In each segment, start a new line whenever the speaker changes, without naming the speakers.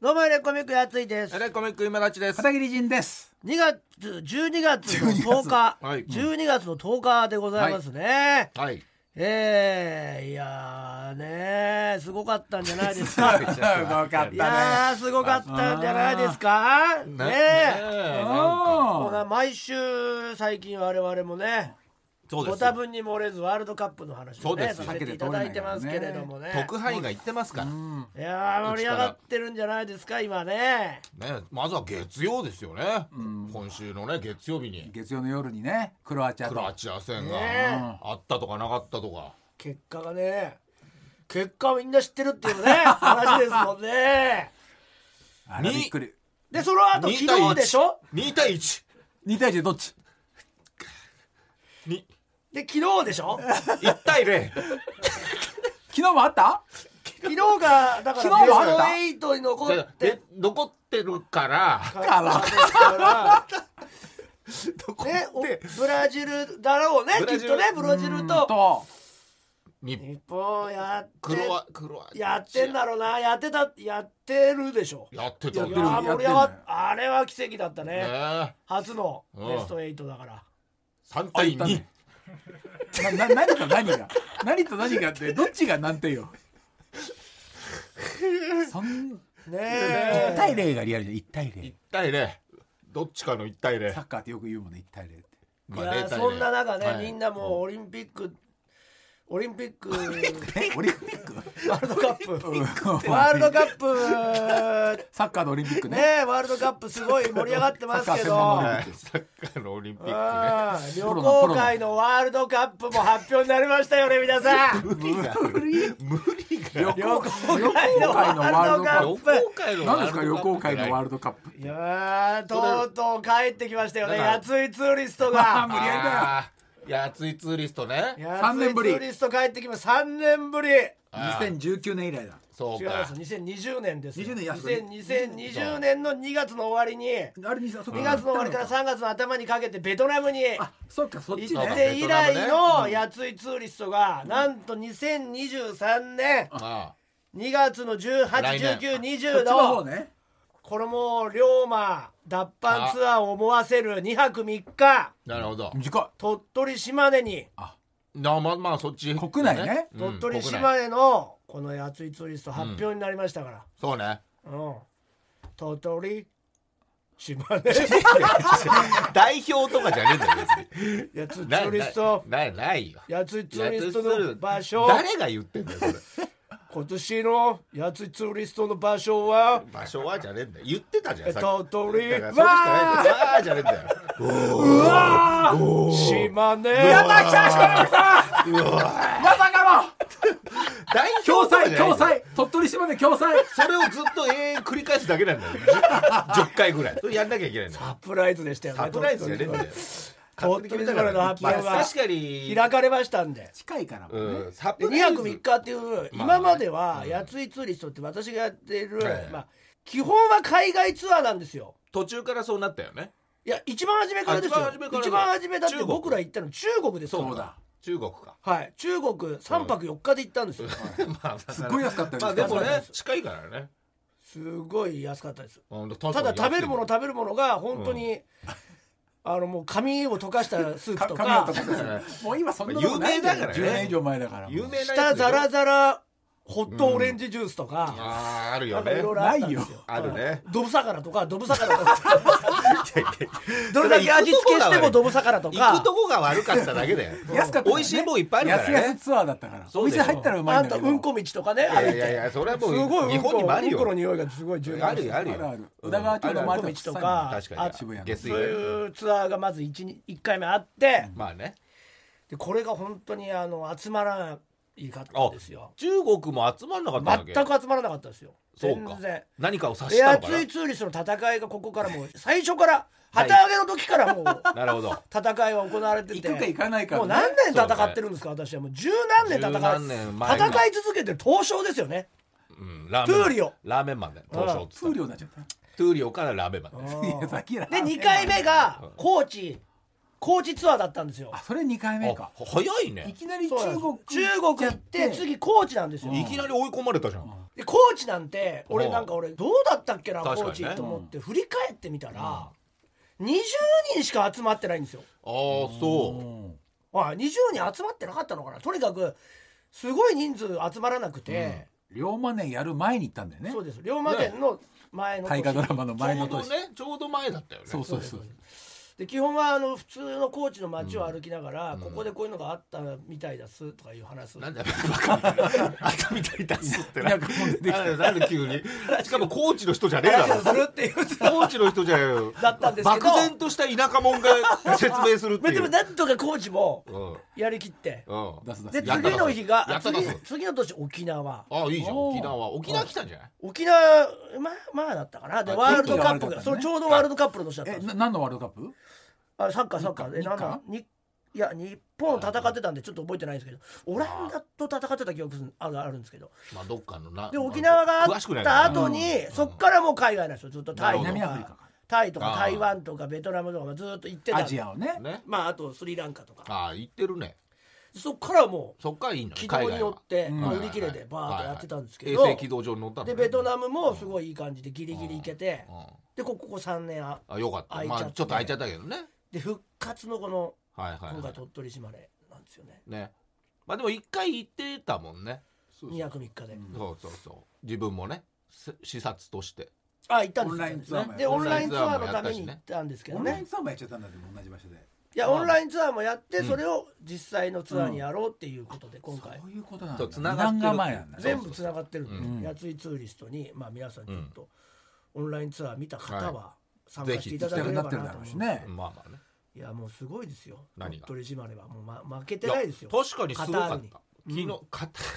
どうもエレコミックやついです
エレコミック今立ちです。
片桐仁です。
2月12月の10日
12月はい
12月の10日でございますね、
はい。
えー、いやーねーすごかったんじゃないです か
よかったね
い。やーすごかったんじゃないですかね
ね
え
えなんか
もうな
あ
毎週最近我々もね
そうで
ご
すよ
多。分に漏れずワールドカップの話
そ
を
うで
ね
すよ
させていただいてますけれどもね
特派員が言ってますから。
いやー盛り上がってるんじゃないですか今ね
ね、まずは月曜ですよね。今週のね、月曜日に。
月曜の夜にね、クロアチア
クロア
と。
チア戦
ね
があったとかなかったとか。
結果がね結果をみんな知ってるっていうね話ですもんね
あらびっくり。
でその後
2
昨日でしょ
二対一。
二対一どっち？
に
で昨日でしょ
一対零。
昨日もあった？
昨日がだから
昨日もあった
ベスト8に残っ
で
て、
残ってるから。
から。
だから
残
ねお
って
ブラジルだろうね
ブ
き
ラ
っ
ジル
とねブラジルと
と。
に
日本やって
クロアクロアチア
やってんだろうなやってたやってるでしょ
やってた
い
ん
や
だよ。
ー
やってる
盛り上が
やってん
っあれは奇跡だったね
ね
初の
うん
ベスト8だから
三
あ
対
った
二
ね。なな何と何が何と何がってどっちがなんてよ。そん
ね
一対
え
零がリアルじゃん一対零
一。対零。どっちかの一対零
サ。ッカーってよく言うもんね一対零っ
い
て。
まあ
や
0
ー
対
そんな中ね、
はい
みんなもうオリンピックオリンピッ ク
えオリンピック？
ワールドカップ
うん
ワールドカップ
サッカーのオリンピック
ね
ね。
ワールドカップすごい盛り上がってますけ
サッカー
ど
はいサッ
専門のね
カーのオリンピックね。
あー旅
ロの
行会のワールドカップも発表になりましたよね皆さん
無理が無理がよ
旅行会の
旅行会の
ワールドカ
旅
ッ
行
プ
会の
何ですか旅行会のワー
ル
ルドカップ。
いやーとうとう帰ってきましたよね
だから
やついツーリスト
ま
が
あ無理やりだよ
りだよやついツーリストね
や
三
ついツ
年ぶり
ーリスト帰ってきました3年ぶり
あー
2019年以来だ。
そ
違
う
いま
か
す2020年ですよ
20年やそれ
2020年の2月の終わりに
あれにさそこ
2月の終わりから3月の頭にかけてベトナムに
あそっかそっち
行
そう
っ
だ
ね
て以来のやついツーリストがなんと2023年
あ
2月の
来年
そ
181920
っちの方
の
ね
これも龍馬脱藩ツアーを思わせる2泊3日
ーなるほど
短い
鳥取島根に
なまあまあそっち
国内ね
うん
鳥取
国内
島根のこのやついツーリスト発表になりましたから。
そうね
うん、鳥取島根
代表とかじゃねえんだよ別
やつツ
にない
ーリスト
ないないないよ
やつツーリストの場所
誰が言ってんだよそれ
今年のやつツーリストの場所は
場所はじゃねえんだよ言ってたじゃん
え
さっ
鳥
き
取
だからそれしかないんだよわーじゃねえんだよ
島根
うわー代表とかじゃな
まさかの共済
いんだよ
共済鳥取島根共済
それをずっと永遠に繰り返すだけなんだよ 10, 10回ぐらいそれやんなきゃいけないんだよ
サプライズでしたよね
サプライズじゃねえんだよ
鳥取島根の発表
まあ
が
確かに
開かれましたんで
近いからもんね
うんサプ
2
ライ
泊
ズ
3日っていう
まあ
今までは
うん
やついツーリストって私がやってる、
はい
まあ、基本は海外ツアーなんですよ
途中からそうなったよね
いや一番初めからですよ
あ一番初めからだ
一番初めだって
中国
僕ら行ったの中国ですから
そうだ
中国か
はい、中国3泊4日で行ったんですよ、
まあす
すっごい安かったよ
まあでも
そうなん
ね
です
近いからね
すごい安かったです
うん
ただ食べるもの
確
食べるものが本当に、 あのもう紙を溶かしたスープ
か
と
神谷
か
とか
かに
もう今そんなことないんだ
有名だか
よ
らね
10年以上前だから
有名なやつでしょ
下ザラザラホットオレンジジュースとか、
あーある
な
よ
んかい
ね
ろいろあったんですよ
ないよ
あるね
ドブ魚とかドブ魚 とかどれだけ味付けしてもドブ魚と
行
か
くとこが悪かっただけだよ
安かったからね
美味しいもんいっぱいあるからね
安々ツアーだったから
そ
お
うでし
店
ょ
入ったらうまい
あ
ん
ん
だ
た
けど
うんこ道とかね
い
歩い
や
て
いやいやそれはも
すごい
う日
うんこ
本にもある
うんこの
よ
匂いがすごい重要
あるよある
あるあ
よ
る宇田川町の前
うんこ道とか
か
確か
渋
に
谷の
下
そう
水ね
いうツアーがまず 1, 一回目あって、
まあね
でこれが本当にあの集まらないかったんですよ
中国も集まんなかったんだっけ
全く集まらなかったですよ
そうか
全然
何かを察し
エ
た
ア
のか
ツイツーリストの戦いがここからもう最初から旗揚げの時からもう
ななるほど
戦いは行われてて
行くか行かないか
もう
のね
何年戦ってるんですか私はもう十何年戦い
十何年前に
戦い続けてる闘争ですよね
うんラーメ
ト
ンマン
ゥーリオ
ラーメンマンだよ東証っつった
風量になっちゃっ
トゥーリオからラーメンマンだよ
た いやさっきら
で2回目が高知高知ツアーだったんですよ
あそれ2回目か
あ早い
い
ね
きなり
そう
中
なんです
国
中国行って次高知なんですよ
いきなり追い込まれたじゃん
でコーチなんて俺
ほう
なんか俺どうだったっけなコ
確かに
ー
ね
チと思って振り返ってみたら20人しか集まってないんですよ
ああそう
あ20人集まってなかったのかなとにかくすごい人数集まらなくて、
龍馬年やる前に行ったんだよね
そうです龍馬伝の前の
大
年
河ドラマの前
ちょ
の
うど
年
ねちょうど前だったよね
そうそうそう
で基本はあの普通の高知の街を歩きながら、ここでこういうのがあったみたいですとかいう話する
なんだよバカみたいなあったみたいに出すってな
なんかもう出てきた
なんだなんで急にしかも高知の人じゃねえだ
話を
ろ
するっていう
高知の人じゃよ
だったんですけど
漠然とした田舎者が説明するって
まあ
い
でも
う
なんとか高知も
うん
やりきって
うん
出す
で
出
す
やった
次の日
や
が
ったか
次
そう
次の年沖縄
ああいいじゃん
おー
沖縄沖縄来たんじゃない
沖縄まあまあだったかなで
あ
ワールドカップ
ちょっと悪かっ
が
たね
そうちょうどワールドカップの年だったん
え
です
な何のワールドカップ
あサッカーサッカーえ
日
な
韓
んだにいや日本戦ってたんでちょっと覚えてないんですけどオランダと戦ってた記憶すんあるあるんですけど
まあどっかのな
で沖縄があ
詳しくない
っ
から
た
ね
後にそっからもう海外なんですよずっとタイと
なるほど
南アフリカ
か
か
タイとか
あー
台湾とかベトナムとかまあずっと行ってた
アジアをね
ね
まああとスリランカとか
ああ行ってるね
そっからもう
そっからいいの
軌
よ
道に
海外
よ
は
って
うん
まあ
はい
売
はい
り切れてバーッとやってたんですけ
衛
ど
星軌道上に乗ったのね
でベトナムもすごいいい感じでギリギリ行けて
うん
でこここ3年あ
あよかった
開いち
ま
ゃっ
あ
て
ちょっと空いちゃったけどね
で復活のこの
はいはい
今
は
回
い
鳥取島根なんですよね
ねまあでも一回行ってたもんね
そう
2泊3日で
そうそうそう自分もねす視察として
あ行ったん
オンライン
です
ツアーも
ね
や
で
オ
オ
ン
ン
ラ
ラ
イ
イ
ン
ン
ツ
ツ
ア
アー
ーも
の
やっ
た
た
め
しね
に行ったんですけ
オ
ど
ンライ
ね
ンツアーもやっちゃったんだって同じ場所で
いや
うん
オンラインツアーもやって
ん
それを実際のツアーにやろうっていうことで今回
そういうことなん
そう
だ
繋がってる
何が前なんだ
そう
全部つながってる
うんん
でやついツーリストにまあ皆さんちょっとオンラインツアー見た方は参加
ぜ
して
ひ
い
行
ただ
き
け
たく
れ
な
ば
っ
な
て
と
る
思
だ
います
ろうしね
まあまあね
いやもうすごいですよ
何が
鳥取島根はもう、ま、負けて
いや
ないですよ
確かにすごか
カター
っ
ルに
た昨日カター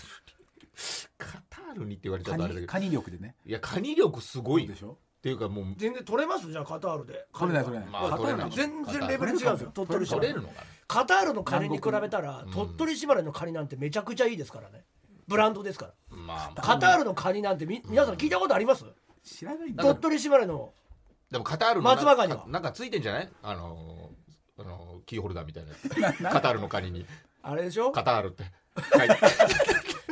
ルにカタールにって言われちゃ
カ
うとあれだ
ニ
けど
カニ力でね
いやカニ力すごいよ
で
っ
しょ
ていうかもう
全然取れますじゃあカタールで
取れない取れない
まあ
カタール
取れない
全然レベル違うんですよ
カタール
鳥取島
取れ
根
るのかな
カタールのカニに比べたら
南国
鳥取島根のカニなんてめちゃくちゃいいですからねブランドですから
まあまあ
カタールのカニなんてみ皆さん聞いたことあります
知らないんだ
鳥取島根の
でもカタールの
松葉ガニは
なんかついてんじゃないあのーあのーキーホルダーみたいなやつカタールのカニに
あれでしょ
カタールって書いて
だか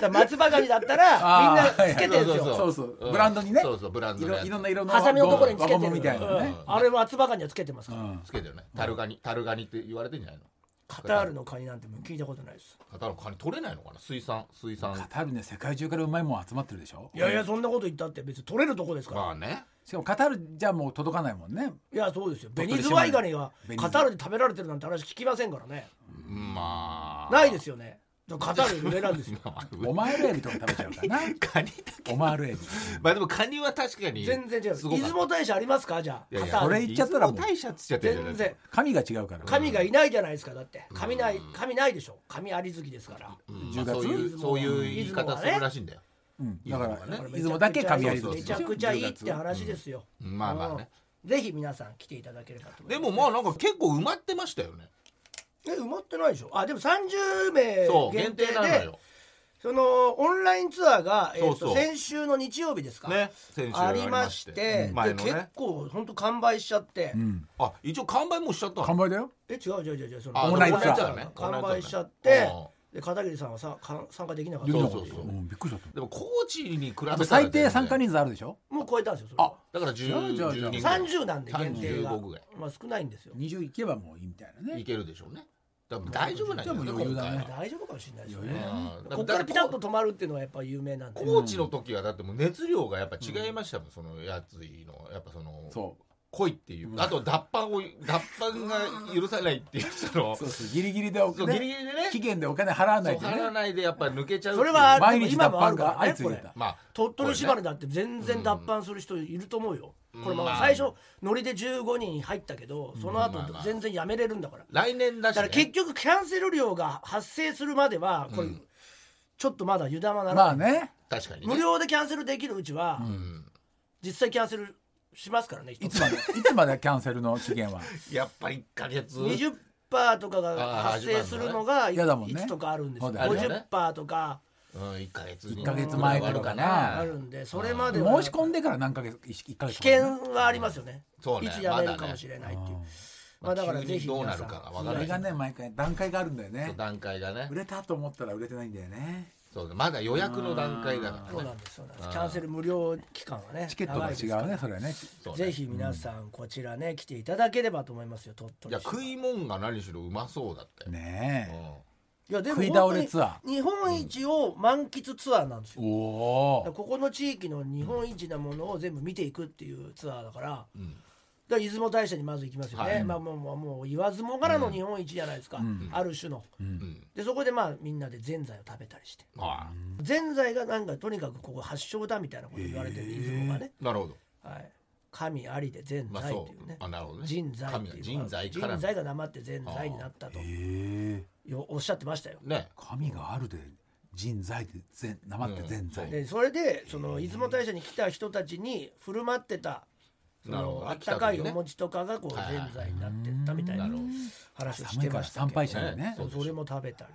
ら松葉ガニだったらみん
あー
なつけてるんです
そう
よ
そうそうブランドにね
そうそうブランドの
いろ
やつ
いろんな色の
ハサミのところにつけ
輪
て
ゴム
る
みたいな
う
ね
んあれ松葉ガニはつけてますから
つけてるねタルガニタルガニって言われてんじゃないの
カタールのカニなんてもう聞いたことないです
カタールのカニ取れないのかな水産水産
カタールね世界中からうまいもん集まってるでしょ
いやいやそんなこと言ったって別に取れるとこですから
まあね
しかもカタールじゃもう届かないもんね
いやそうですよベ
鳥
ニ
取
ズ
島
ワイガニが
ベニズ
カタールで食べられてるなんて話聞きませんからね
まあ
ないですよねだからカタールより上なんですよ
オマールエビとか食べちゃうからな
カニだ
オマールエビ
まあでもカニは確かに
全然違う
すごか
出
った
雲大社ありますかじゃ
いや
あカ
い
タ
や
ー
こ
ル
れ言っちゃったらもう
出雲大社っつっちゃってるじゃない
全
です
然
か
神が違うから
神がいないじゃないですかだって神ない神ないでしょ神あり好きですから
うん
10月
まあそういうそういう言い
出雲
方
は
す
ね
るらしいんだよ
うんだか
出雲が
ら
ね
出雲だけ神がいる
そうそうそう
めちゃくちゃいいって
10
話ですよ
うんまあまあね
うんぜひ皆さん来ていただければと思い
で
ます
もまあなんか結構埋まってましたよね
え埋まってないでしょあでも30名
そう限
限
定
定
なの
で
よ
そのオンラインツアーが、えーと
そうそう
先週の日曜日ですか、
ね先週
ありまして
うん前
で
の
結
ね
構本当完売しちゃって、
うん
あ一応完売もしちゃったの
完売だよ
え違う違う違う違うそ
あ
の
オンラインツアー
が
ね
完売しちゃっ
オンライン
て
ツアーね
で片桐さんはさかん参加できなかっ
で
た
きな
そうそうそう
うんびっくりしちゃった
でも高知に比べた
あ
ら
と最低
全然
参加人数あるでしょ
もう超えたんですよそれは
だから
じゃあじゃあじ
10
ゃあ
人
30なんで限定が
35ぐらい
まあ少ないんですよ
20いけばもういいみたいないね
けるでしょうね多分大丈夫なんじゃない
でも余裕だね
今回は
大丈夫かもしれないですよ
余裕
ね
うん
こっからピタッと
だ
止まるっていうのはやっぱ有名なんで
ら高知の時はだってもう熱量がやっぱ違いましたもん、そのやついのやっぱその
そう
恋っていう、あと脱藩を脱藩が許さないっていうその
そうそうギリギリでお
そう
ね
ギリギリでね
期限でお金払わ
そ
な
う
いとね
払わないでやっぱ抜けちゃう
そ
っていう
れはあ
毎
でも
日
今
脱
もあ
藩
るか
が
らね
相次いで
これ
た
まあ
鳥取島根
だ
だって全然脱藩する人いると思うよ、
うん
これま
まあ
あ最初ノリで15人入ったけどその後
まあまあ
全然やめれるんだから、
来年だし、
だ
ね、
から結局キャンセル料が発生するまではこれ、
うん
ちょっとまだ油断はならない、
まあね
確かに、ね、
無料でキャンセルできるうちは、
うん
実際キャンセルしますからね
いつまでいつまでキャンセルの期限は
やっぱ1ヶ月
20パーとかが
あー
発生するのがい,、
始まるのね
つとかあるんですよ、
そうだ
よね
50パーとか
うん、1ヶ月
一ヶ月前とかな
あるんでそれまで
申
は
し込んでから何ヶ月一ヶ
危
月とかね
険はありますよね
そうね
いつやめるかもしれないっていう、まあだから
急
ぜ
に
ひ
どう
皆
な
さ
る
ん
かがわか
そ
らない
れがね毎回段階があるんだよね
段階がね
売れたと思ったら売れてないんだよね
そうまだ予約の段階だか
そう
ら
な
ね
んですそうなんですキャンセル無料期間はね
チケットが
長いですか
違
ら
うねそれはね
そうね
ぜひ皆さんこちらね来ていただければと思いますよ鳥
い
取
や
市
食い物が何しろうまそうだったよ、う
ね
ん
いやで
食い倒れ
本当に
ツア
日本一を満喫ツアーなんです
え
よ、
おお
だからここの地域の日本一なものを全部見ていくっていうツアーだからだか
うん
ら出雲大社にまず行きますよね、
はい
まあもうもうもう言わずもがらの日本一じゃないですか、ある種の、
うん
でそこでまあみんなでぜんざいを食べたりして
は
ぜんざいがなんかとにかくここ発祥だみたいなこと言われてる出雲がね、
いなるほど
はい、神ありでぜん
まあ
ざいって
そ
いうね
うあなるほどね
人材って
神
いう
が
の
人材から
人材が黙って全財になったと
へえ
よおっしゃってましたよ。
ね
神があるで人材で全生って全財、
でそれでその出雲大社に来た人たちに振る舞ってたそ
なるほ
の
ど
あったかい
来た時ね
お餅とかがこう
はいはい
全財になってったみたい
な
な
るほど
話をし
寒
て
いか
ま
ら
した
参
けど
拝者でね
ね
そうそれも食べたり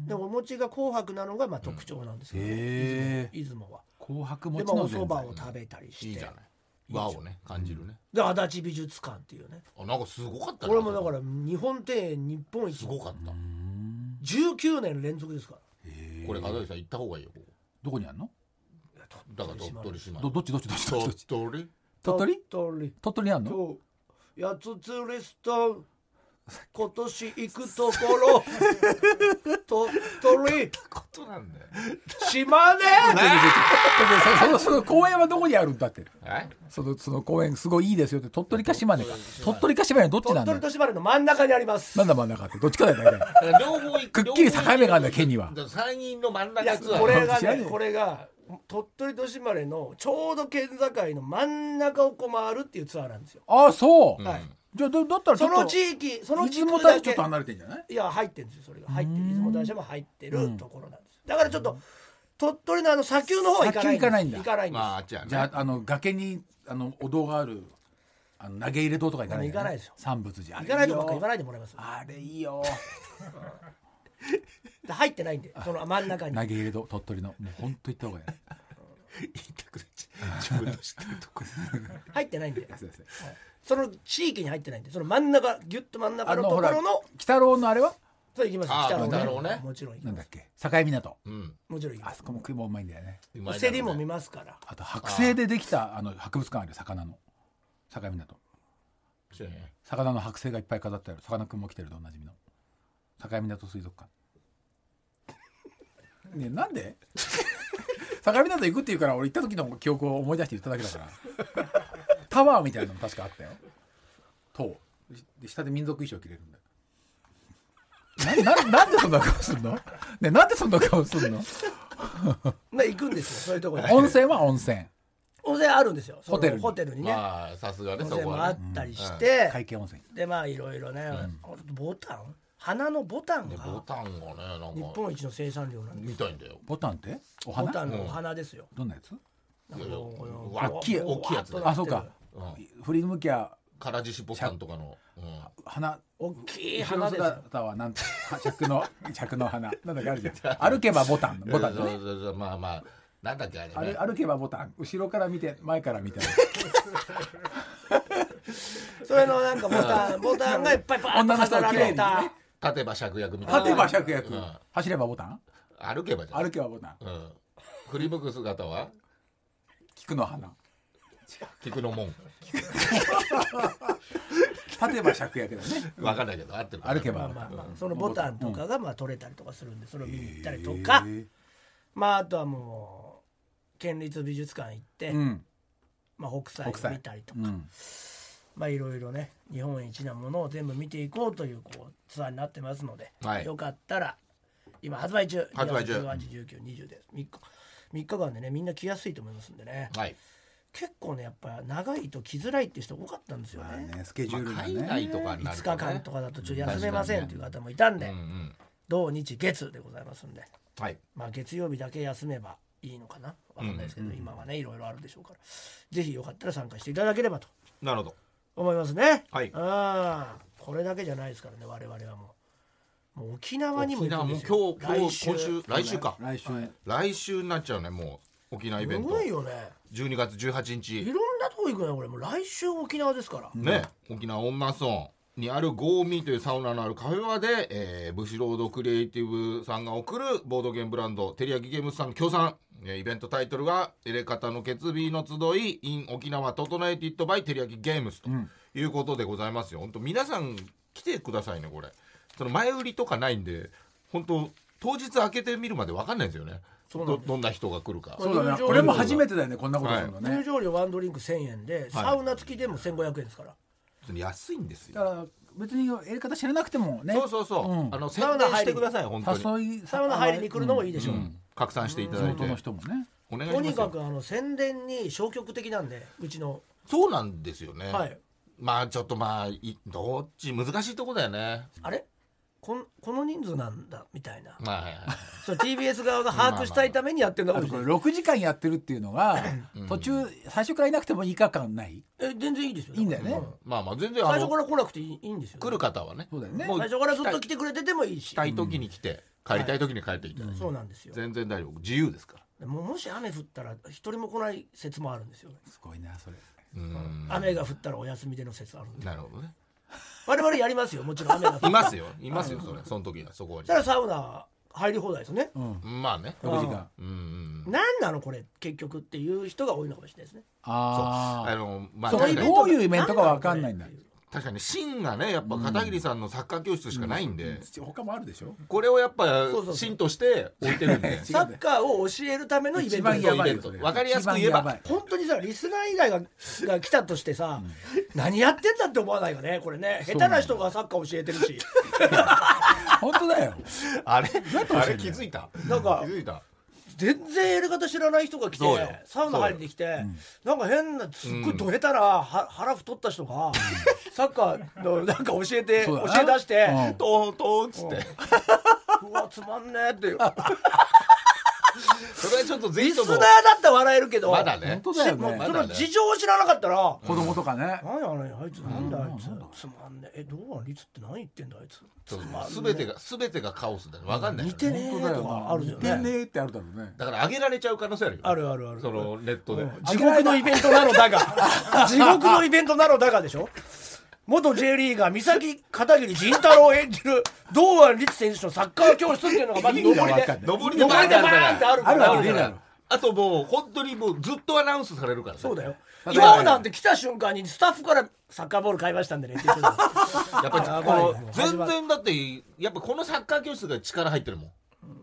うん
でお餅が紅白なのがまあ特徴なんですけど
うんへー
出雲は。
紅白
で
餅
まあ
の
お蕎
全財
麦を食べたり
い
し
い
て
じゃない和をね感じるね
で足立美術館っていうね
あなんかすごかった
これもだからら日本庭園日本
す
一
ごかった
19年連続ですから。
へえ
これ門脇さん行った方がいいよここ
どこにあるの
だから鳥取島
どどっちどっちどっちどっちどっ
鳥
ち
取
鳥取
鳥
鳥取にあるの
取今日八つ釣りストン今年行くところと鳥取
ことなんだよ
島根
そのその公園はどこにあるんだって
え
そのその公園すごいいいですよって鳥取か島根か鳥取か島根どっち
鳥
なんだ
取と島根の真ん中にあります
なんだ真ん中ってどっちかだよねあれ
両方行
くっきり境目があるんだ県には
だから山陰の真ん
い
中
や
ツアー
これが
知らね
ね
え
これが鳥取と島根のちょうど県境の真ん中をこう回るっていうツアーなんですよ
ああそう、
はい
じゃあだだったらちょ
そ
っ
の
と
地域その地区
出雲
だ
大社ち
け
ょっと離れてんじゃない
いや入ってるんですよそれが入ってる出雲大社も入ってるところなんですだからちょっと鳥取のあの砂丘の方は行かないんです
砂丘行かないんだ
行かないんです
まああっちは
じゃ
ね
ああの崖にあのお堂があるあの投げ入れ堂とか行かないんだ
行かないですよ
三仏寺あれ
行かないとばっか
い
行
い
か
よ
ないでもらいます
あれいいよ
で入ってないんでその真ん中に
投げ入れ堂鳥取のもう本当行った方がいい
言いたくなっちゃう自分の知ってるとこ
入ってないんで
そうそう
その地域に入ってないんでその真ん中ギュッと真ん中
あ
の
の
とこ
ほら
ろの
北郎のあれは
それ行きますよ
あ
北
ー
の
北郎ね
もちろん行き
なん
ま
だっ
す
け境港
うん
もちろん行きま
あそこも食い物うまいんだよね
うまい
す競
だろうね
りも見ますから
あと剥製でできたあの博物館あるよ魚の境港
そうね
魚の剥製がいっぱい飾ってある魚くんも来てるでおなじみの境港水族館 ねえなん で境港行くっていうから俺行った時の記憶を思い出して言っただけだからタワーみたいなのも確かあったよ塔で下で民族衣装着れるんだよなななんでそんな顔すんのねえなんでそんな顔すんの
で行くんですよそういうところに
温泉は温泉
温泉あるんですよその
ホテルに
ホテルにね
まあさすがね
温
そ
泉
こ
もあ
はね
ったりして
会計温泉
でまあいろいろねあとボタン花のボタン
でボ
が
タンがねなん
日
か
本一の生産量なんで
見たいんだよ
ボタンってお
ボ
花
タンのお花ですよ
どんなやつ
なんかこうこの
大きい
こう
大きいやつだよ
わー
あ
っとな
そ
っ
う
てる
か振り向きゃ
唐獅子ボタンとかのうん
花
大きい
後ろ
花ですよ
姿はなんて尺の 尺の花なんだかある じゃん歩けばボタンボタンだ
そ
ね
うそうそうまあまあなんだっけあれね
あれ歩けばボタン後ろから見て前から 見て
それのなんかボタン、ボタンがいっぱいバーッと
女の人
飾
が
ら
綺麗
れ
にね
た。
立てば芍薬みたいな
立てば芍薬
うん
走ればボタン
歩けばじゃん
歩けばボタン
うん振り向く姿は
菊の花
菊の門
立てば芍薬だね
わかんないけど合ってる
歩けば
まあまあ
ボタン
まあ、そのボタンとかがまあ取れたりとかするんで、それを見に 行ったりとか、
へ
まああとはもう、県立美術館行って
えう、ん
まあ北
北
斎
斎
見たりと
う
か、
ん
まあいろいろね、日本一なものを全部見ていこうというこうツアーになってますので
は、い
よかったら、今発売中、
発売中
18、19、20です。3日3日間でね、みんな来やすいと思いますんでね。
はい
結構ね、やっぱ長いと来づらいって人多かったんですよ
まあ
ね。
ねスケジ
ま
ュール
あ
が
海
ね
外とかになる
5
と
日
ね
間とかだとちょっと休めませんという方もいたんで、
うんうん
土日月でございますんで、
はい
まあ、月曜日だけ休めばいいのかなわかんないですけど、今はねいろいろあるでしょうからぜひよかったら参加していただければと
なるほど
思いますね
はい
あこれだけじゃないですからね我々はもうもう沖縄にも
沖
行
縄
くん
も
で
今
す
日
よ
今日今週来週か
来週
来週になっちゃうねもう沖縄イベ
す
ント
ごいよね
12月18
い
日
ろんなとこ行くね俺もう来週沖縄ですから、
ね沖縄恩納村にあるゴーミーというサウナのあるカフェバーで、えー、ブシロードクリエイティブさんが送るボードゲームブランド、テリヤキゲームズさんの協賛、えーイベントタイトルが、エレカタの決備の集い、in 沖縄トトナイティットバイテリヤキゲームズということでございますよ。本当皆さん来てくださいね、これ。その前売りとかないんで、本当当日開けてみるまで分かんないんですよね。どどんな人が来るか。
そうだねこれも初めてだよねこんなことするのね、
入場料ワンドリンク1000円で、サウナ付きでも1500円ですから
安いんです
だ
よ。
から別にやり方知らなくてもね
そうそうそう。
うん
あの、宣伝してください、本当に。
誘い
サウナ入りに来るのもいいでしょう、
拡散していた
地
だい
元
て
の人もね
お願いし
と
ま
に
す
か
よ
くあの宣伝に消極的なんでうちの、
そうなんですよね、
はい
まあちょっとまあいどっち難しいとこだよね
あれこんこの人数なんだみたいな
まあはいはいはい
そう TBS 側が把握したいためにやってるの
あ
か
と
もし
こ
れ
れ
ない
6時間やってるっていうのが途中最初からいなくてもいいか感ない
え全然いいですよ
いいんだよね
う
まあまあ全然あ
最初か
の
ら来なくていいいいんですよ
来る方はね
そうだよね
もう
最初からずっと来てくれててもいいし
来たい時に来て、帰りたい時に帰っていただいて、
そうなんですよ
全然大丈夫自由ですから
もうもし雨降ったら一人も来ない説もあるんですよね
すごいなそれ
うん
雨が降ったらお休みでの説あるんで
なるほどね
我々やりますよもちろん雨 が降っ
いますよいますよそれその時はそこに
たらサウナ入り放題ですよね、
うん
まあね
6時間
うんうんうん
何なのこれ結局っていう人が多いのかもしれないですね
あ
あ
あ
のまあ
そう
確かに
どういうイベントかわかんないんだ
確かに芯がねやっぱ片桐さんのサッカー教室しかないんで、
他もあるでしょ
これをやっぱ
そうそうそう
芯として置いてるんで
サッカーを教えるためのイベン
一
ト
番
です
や
よ
ばい
イ
よ
ベント
それ
わかりやすく言えば
一番やばい
本当にさリスナー以外がが来たとしてさ、何やってんだって思わないよねこれね下手な人がサッカー教えてるし
本当だよ
あれあれ気づいた
なんか
気づいた
全然やり方知らない人が来て
そうよ
サウナ入ってきて、なんか変なすっごいど下手な、は腹太った人が、サッカーのなんか教えて
そう
教
だな
え出して、
うん
トーントーンっつって
うわつまんねえっていう
それはちょっとぜ
リ
ひ
スナ
と
ー
も
だったら笑えるけど
まだね
本当 だよ
もう
ね
ま
そ
だ
の
ね
事情を知らなかったら、
子供とかね
何やねんあいつなんだあいつ、つまんねええどうなんリツって何言ってんだあいつつまん
すべてがすべてがカオスだねわかんない
似て
よね
ねえとかあるよ
似てね
ね
えってあるだろうね
だから上げられちゃう可能性あるよね
あるあるある
そのネットで
地獄のイベントなのだが 地獄のイベントなのだがでしょ元 J リーガー三崎片桐仁太郎を演じる堂安律選手のサッカー教室っていうのがまず上りで
意味が分かんない
上りで
上りでバーンってあるか
あるわ
ら
けねえだろ
あともう本当にもうずっとアナウンスされるから
そうだよ
だって
今日なんて来た瞬間にスタッフからサッカーボール買いましたんでねって言ってた
やっぱり
や
こ
ばいよ
の全然だってやっぱこのサッカー教室が力入ってるもん
こ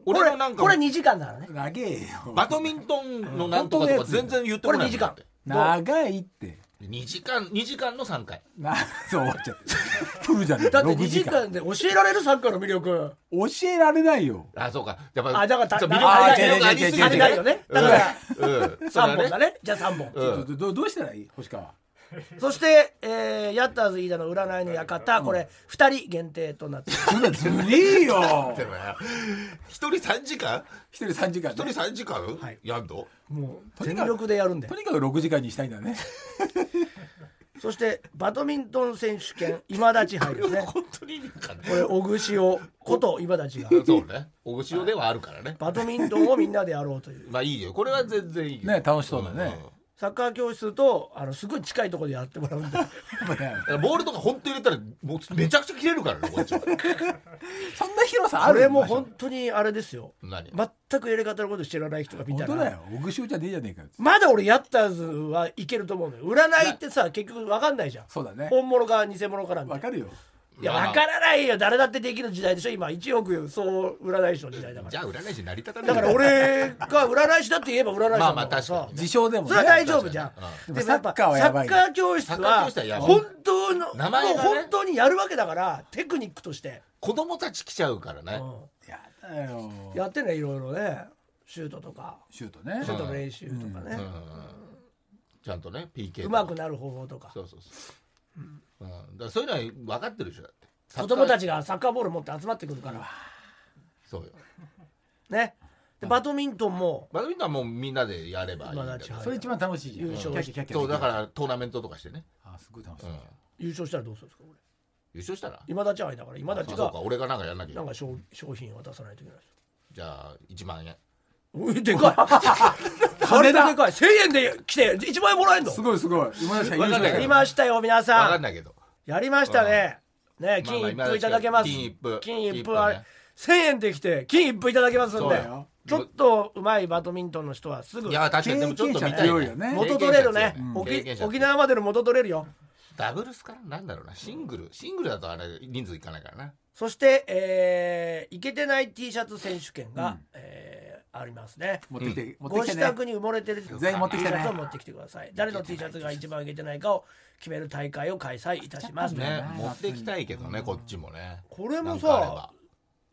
俺
れ
もなんか
これ2時間だからね
長えよ
バドミントンのなんとかとか全然言ってこないもんだって
長いって
2時間2時間の3回
な そう終わっちゃってプルじゃねえ
だって
6
2時間で教えられるサッカーの魅力
教えられないよ
あそうかやっぱ
あだからた
そう
だ
魅
か
力
ら
あ
足りない
魅力ありす
足
ぎ
り
て
ないよねだから
うんそ
3
れ
本だ
はね
ねじゃあ3本
うん
どどどうしたらいい星川
そして、えー、ヤッターズ飯田の占いの館、これ2人限定となってます
そんなずりー よ
でもね一人三時間
一人3時間ね
一人三時間
い
やんの
もう
とに
全
かく
力でやるんで
とにかく6時間にしたいんだね
そしてバドミントン選手権今立ち杯ですね
本当にいいのかね
これ小串をこと今立ちが
そうねお後ろではあるからね
バドミントンをみんなでやろうという
まあいいよこれは全然いいよ
ね楽しそうだね
ん
サッカー教室とあのすごい近いところでやってもらうん で
やっぱね
だからボールとか本当入れたらもうめちゃくちゃ切れるからねこっちは
そんな広さあ
こ
る
れもう本当にあれですよ
何
全くやり方のこと知らない人が見た
本当だ
ら
よオグシオじゃねえじゃねえかよ
まだ俺ヤッターズはいけると思うのよ占いってさ結局分かんないじゃん
そうだね
本物か偽物かなんて
わかるよ
いや、
まあ
わからないよ。誰だってできる時代でしょ。今、1億総占い師の時代だか
じ
ら。
ゃあ占い師成り立たない
だから俺が占い師だって言えば占い師
ま
な
あ
ん
まあ
だから
確か
さ
に。
自称でもね
それは大丈夫じゃ。
うんん
でもやっ
サ
ぱ
ッカーはやばい
サッカー教室
サッカー
は
教室はやばい
本当の
名前がね
本当にやるわけだからテクニックとして、
子供たち来ちゃうからね
う
やだよ
んやってねいろいろねシュートとか
シュートね
シュートの練習とかね、
ちゃんとね PK
う
と
ま
か
くなる方法とか
そうそうそううんだからそういうのは分かってるでしょだって
子供たちがサッカーボール持って集まってくるから
そうよ
ねでバドミントンも
バドミントンはもうみんなでやればいいんだけ
まあ
ど
な
それ一番楽しいじゃん
優勝
キャッキャキャッキャ
そうだからトーナメントとかしてね
あすごい楽し
う
い
ん
優勝したらどうするんですかこれ
優勝したら
今立ち愛だから今
あ
立
そ
ち
うか
が
俺がなんかやんなきゃいけ
な
な
か
んい
商商品を渡さないといけないです
じゃあ1万円
おいでかい 金だでかい1000円で来て1万円もらえんの
すごいすごい今田さん優
わかんな
やり
いけど
勝だよ
ましたよ皆
分
さ
かん
ん
ないけど
やりましたねね
まあ
金
まあ
一封いただけます
金一
金
封
一
金一封
封あれ
ね
1000円できて金一封いただけますん
そう
で
よ
ちょっとうまいバドミントンの人はすぐ
いや確かにでもちょっと見た
経験者
い
強いよね
元取れる
経
ね
験者強い
沖
経験者
沖縄までの元取れるよ
ダブルスからなんだろうなシングルシングルだとあれ人数いかないからな
そして、えー、いけてない T シャツ選手権が、えーありますね。
持ってきて、持って
ご
きて
自
ね
宅に埋もれてる T シ
全員持ってきてね
ャツを持ってきてください。誰の T シャツが一番いけてないかを決める大会を開催いたします。
ね
ね持ってきたいけどねこっちもね
これ
な
も
んかあれば
さ、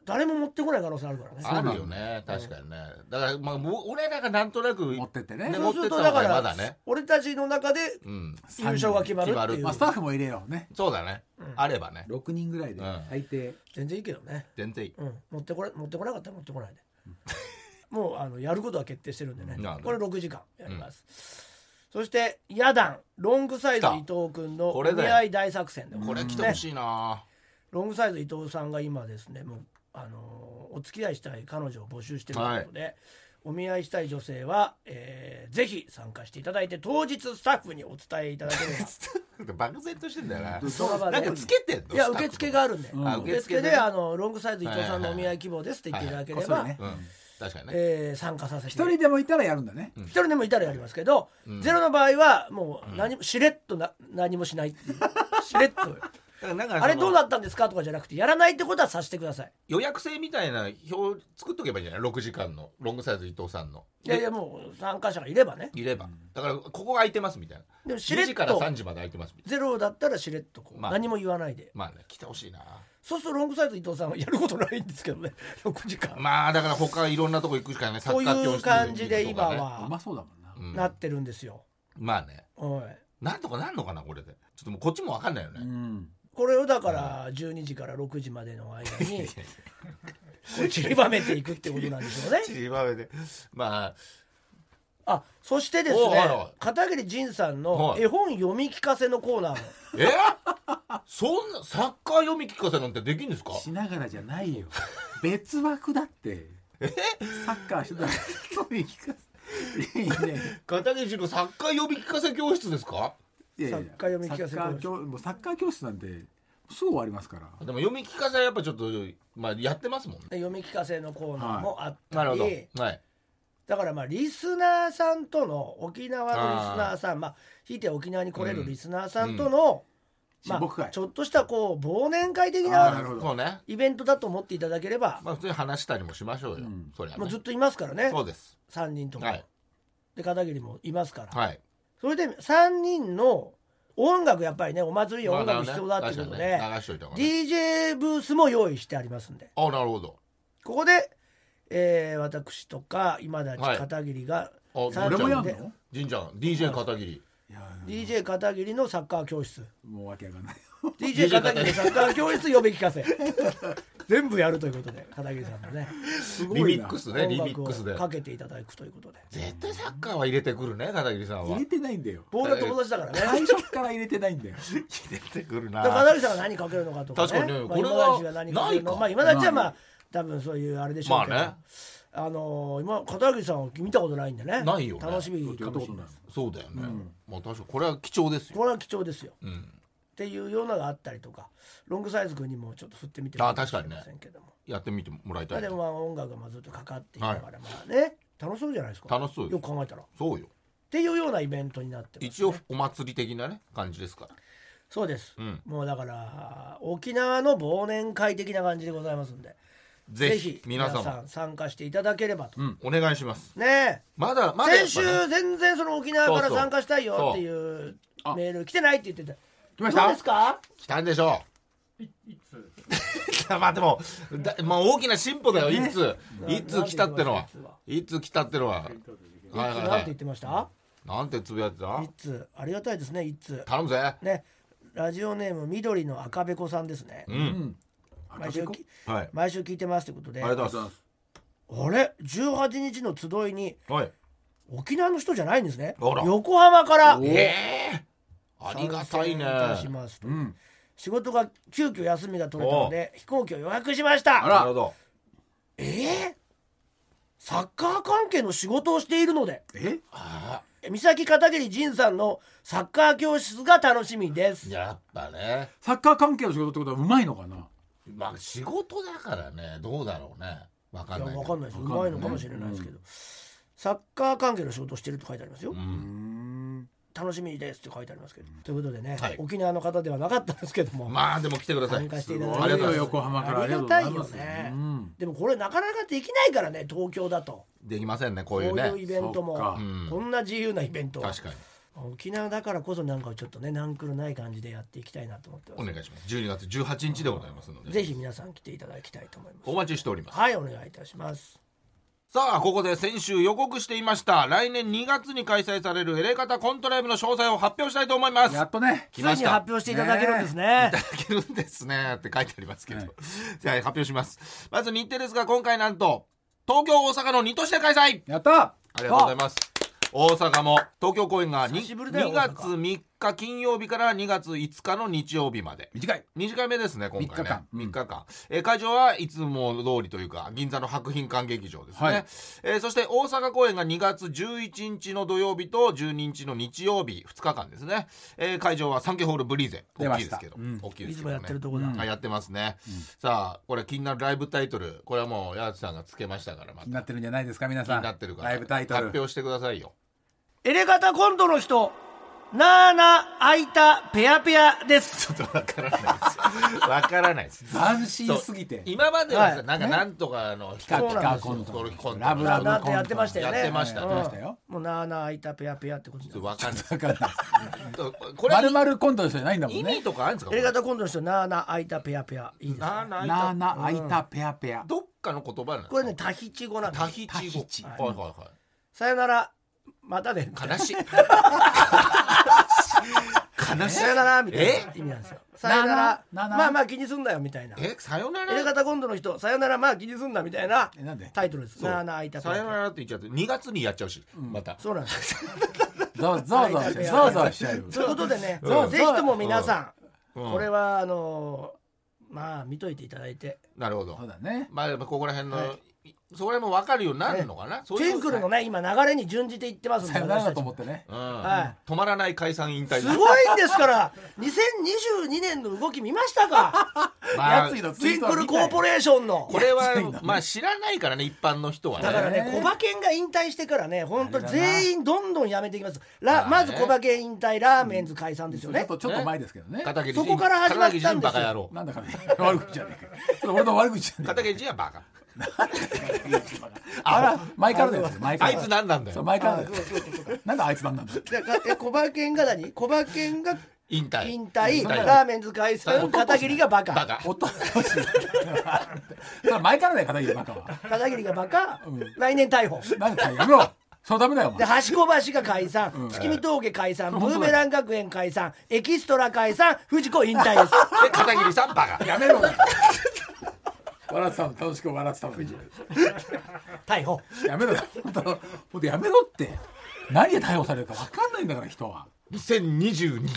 誰も持ってこない可能性あるからね。
あるよね確かにねだからまあもう俺らがなんとなく
持ってって
ね
ね
そうするとだから、俺たちの中で
うん
優勝が決まるっていう
決
まあ、スタッフも入れようね
そうだねあればね
6人ぐらいで
うん
最低、
全然いいけどね、
全然いい
うん、持ってこれ持ってこなかったら持ってこないでもうあのやることは決定してるんでね
なるほど
これ6時間やります、そして野団ロングサイズ伊藤君の
こ
お
れだ
見
よ
合い大作戦でご
こ
ざ
れ
いま
来
す
て
ね
ほしいな
ロングサイズ伊藤さんが今ですねもうあのーお付き合いしたい彼女を募集しているということで、お見合いしたい女性は、えーぜひ参加していただいて当日スタッフにお伝えいただけれ ば
漠然としてんだよな
そ
の場で
なんかつけてんの
いや受付があるんで、
んあ
受
受
付
付
で、
で
あのロングサイズ伊藤さんのお見合い希望ですって言っていただければ、
はいはいはい
うん確かにね
えー参加させて
一人でもいたらやるんだね、
一人でもいたらやりますけど、ゼロの場合はもう何も、しれっとな何もしないっていうしれっと
だからなんかその
あれどうだったんですかとかじゃなくてやらないってことはさせてください
予約制みたいな表を作っとけばいいんじゃない6時間のロングサイズ伊藤さんの
いやいやもう参加者がいればね
いればだからここが空いてますみたいな
でもしれ
2
っと
時から3時まで空いてますみたい
ゼロだったらしれっとこう、
まあ
何も言わないで
なまあね来てほしいな
そうするとロングサイズ伊藤さんはやることないんですけどね6時間、
まあだから他いろんなとこ行くしかねサ
こうい
ッカー教
う
室とかね
感じで今
う
は
まそうだもんな、
うん
なってるんですよ、
まあね
はい
なんとかなんのかなこれでちょっともうこっちもわかんないよ
う
ね
ん、
これをだから12時から6時までの間にこう散りばめていくってことなんでしょ うね。
ちりばめでまあ
あそしてです
おうはい
ね
はい
片桐仁さんの
はい
絵本読み聞かせのコーナーも
えそんなサッカー読み聞かせなんてできんですか
しながらじゃないよ 別枠だってサッカーしてたらそういう聞かせいやいや
片桐のサッカー読み聞かせ教室ですか
いやいや
サッカー読み聞かせ
サッカー教もうサッカー教室なんてすぐ終わりますから
でも読み聞かせはやっぱちょっとまあやってますもんね
読み聞かせのコーナーもあった
なるほ
り、
どはい
だからまあリスナーさんとの沖縄のリスナーさんまあひいては沖縄に来れるリスナーさんとの、
親睦
まあ、
会
ちょっとしたこう忘年会的
あーなる
な
ほど
そうね
イベントだと思っていただければ、
まあ普通に話したりもしましょうよ、そりゃ、ね
もうずっといますからね
そうです
3人とか、
はい
で片桐もいますから、
はい
それで3人の音楽やっぱりねお祭り
まあ
音楽必要だっていうことで、
確かにね流しといた方がね
DJ ブースも用意してありますんで
あなるほど
ここで、えー私とか今立
はい
片桐が
あ俺
3
も
人
やん
で、
の
じんちゃん DJ 片桐
いや
DJ 片桐のサッカー教室
もうわけわかんない
DJ 片桐のサッカー教室呼び聞かせ全部やるということで片桐さんのね
すごい
リ
な
ミックスね
音
リミッ
楽
クスで
をかけていただくということで
絶対サッカーは入れてくるね片桐さんは
入れてないんだよ
ボールは友達だからね
最初から入れてないんだよ
入れてくるな
だから片桐さんが何かけるのかとか、ね、
確かにね
まあ、
これは
今立が何かけるの
ないか
まあ今立はま
な
あ多分そういうあれでしょうけど、
まあね
あのー今片桐さんを見たことないんでね
ないよね
楽しみ
や
か
った
も
こ
し
と
れな
ないい
そうだよね、まあ確かにこれは貴重ですよ、
これは貴重ですよっ
うん、
ていうようなのがあったりとかロングサイズ君にもちょっと振ってみても
あ
いいかもしれ
確かにね
ませんけども、
やってみてもらい
ま
た
あ
い
でもまあ音楽がまあずっとかかっていながら、まあね楽しそうじゃないですか
楽しそうです
よく考えたらっ
そうよ
ていうようなイベントになってます、ね、
一応お祭り的なね感じですから
そうです、
ん
もうだから沖縄の忘年会的な感じでございますんで
ぜひ皆
皆
様
さん参加していただければと、
うんお願いします
ねえ
まだまだやっ
先
ぱ
週
ね
全然その沖縄から参加したいよっていう
そう
メール来てないって言ってた
来まし
どう
た
ですか
来たんでしょう まあでもだ、まあ、大きな進歩だよ、いついつ来たってのは一通来たってのははい
いつ
はい
な
は
んて言っ
い
てました
なんてつぶやいてた
一通ありがたいですね一通
頼むぜ
ねラジオネーム緑の赤べこさんですね
うん
毎週き
はい
毎週聞いてますということで
ありがとうございます
あれ18日の集いに
はい
沖縄の人じゃないんですね
あら
横浜から
ええありがたいね
参戦いたしますと
うん
仕事が急遽休みが取れたので飛行機を予約しまし
あ
た
ら
なるほど
ええサッカー関係の仕事をしているので
え
あ
三崎片桐仁さんのサッカー教室が楽しみです
やっぱね
サッカー関係の仕事ってことはうまいのかな
まあ仕事だからねどうだろうねわか
い
ん
や
ない
わかんないですう
わ
ま
か
い
んない
のかもしれないですけど、サッカー関係の仕事をしてると書いてありますよ、
う
うんん
楽しみですって書いてありますけど、ということでね、
はい
沖縄の方ではなかったんですけども、
まあでも来てください
参加していただいて
あ
あ
り
り
が
が
とうご
と
ざい
う
よ
ます
横浜からありがとうござい
あ
ます
りがたいよね
うん
でもこれなかなかできないからね東京だと
できませんねこ
こ
う
う
いう
いう
ね
イベントも
そっか
うん
こんな自由なイベントを
確かに
沖縄だからこそなんかちょっとね難くるない感じでやっていきたいなと思って
お
ます
願いします12月18日でございますので
ぜひ皆さん来ていただきたいと思います
お待ちしております
はいお願いいたします
さあここで先週予告していました来年2月に開催されるエレカタコントライブの詳細を発表したいと思います
やっとね
つい
来まし
に
た
発表していただけるんですね
いただけるんですねって書いてありますけど、
はい
じゃあ発表しますまず日程ですが今回なんと東京大阪の2都市で開催
やった
ありがとうございます大阪も東京公演が 2,
久しぶりだよ
月
大阪
3日金曜日から2月5日の日曜日まで
短い
短めですね今回
3日
ね
間
3日間えー会場はいつも通りというか銀座の博品館劇場ですね、
はい
えーそして大阪公演が2月11日の土曜日と12日の日曜日2日間ですね、えー会場はサンケイホールブリーゼ
出
大
ま
きいです
した
けど、
うん
大きいで
いつ
すけ
も
ど
や
ね
ってるとこだ、
あやってますね、さあこれ気になるライブタイトルこれはもう矢内さんがつけましたからま
気に
た
なってるんじゃないですか皆
気
さ
に
ん
なってるから
ライブタイト
発
ル
表してくださいよ
エレガタコントの人なあなあいたペアペアです
ちょっとわからないですわからないです
斬新すぎて
今まではさ、
はい
なんかなんとかの
ピカ
そ
ピ
うなん
カ
ですよ
コン
ゴルフコ
ト
ント
ラブラブ
なあなあっ
コン
て
ト
やってましたよね
やってましたね
うん
やってましたよ
もうなあなあいたペアペアってことですよ
わかんない
わかんない
どこれ
まるまるコントの人じゃないんだもん
意
ね
味とかあるんですか
エレガタコントの人なあなあいたペアペアいいですね
なな
なあなあ開いたペアペア
どっかの言葉なんですか
これねタヒチ語なんです
タヒチ語
タヒチ
はいはいは
さよならまたね
い悲しい悲しい
さよならみたいな意味なんですよさよなら
ななな
まあまあ気にすんなよみたいな
えさよな
エレ
ら
ガタコントの人さよならまあ気にすんなみたいな
えなんで
タイトルです
そう
なあなあ開いたペア
さ
ペ
よな
ア
らって言っちゃって2月にやっちゃうしまた
そうなんですよ
ざわざわざわざわざわしちゃうよ
ということでね
うん
ぜひとも皆さん
うん
これはあのーまあ見といていただいいて
なるほど
そうだね
まあやっぱここら辺
は
のそこら辺も分かるようになるのかなそうい
テ
う
ンクルのね今流れに準じていってますん
さ
で
よなら
私
だ
た
と
ち
思っ
も
てね
うん
は
止まらない解散引退
すごいんですから2022年の動き見ました か
まあ
やついのツイ
テン
ートは
ク
見
ル
た
コ
よ
ーポレーションの
これはまあ知らないからね一般の人は
だから
ね
ね、
ね
小馬券が引退してからね、本当に
あれだな
全員どんどんやめていきます。
まあ
ラ
ね
まず小馬券引退、ラーメンズ解散ですよ
ちょっ
ね。
とちょっと前ですけどね
片桐
そこから始まったんですよ
片桐仁バカ野郎
なんだかね悪口じゃねえかそれ俺の悪口じゃねえ
片桐仁はバカ
あら前からだよ前か
あ
ら
いつ何なんだ
そう
よ
前からだ
あ
よ
そうそうそう
なんであいつなんなんだよ
だからえ小馬券が何小馬券が
引退
引退、
引退
ラーメンズ解散、片桐がバ
バ
カ。
カ
おっとそれ前からだよ片桐バカは
片桐がバカ、来年逮捕。
なんでやめろそれダメだよお
で
前
橋小橋が解散、月見峠解散、ブ
本当だ
ーメ
よ
ラン学園解散、エキストラ解散、藤子引退 です。
で片桐さんバカ
やめろお前笑ってたの楽しく笑ってたのに
逮捕。
やめろよ本当本当やめろって何で逮捕されるか分かんないんだから人は
2022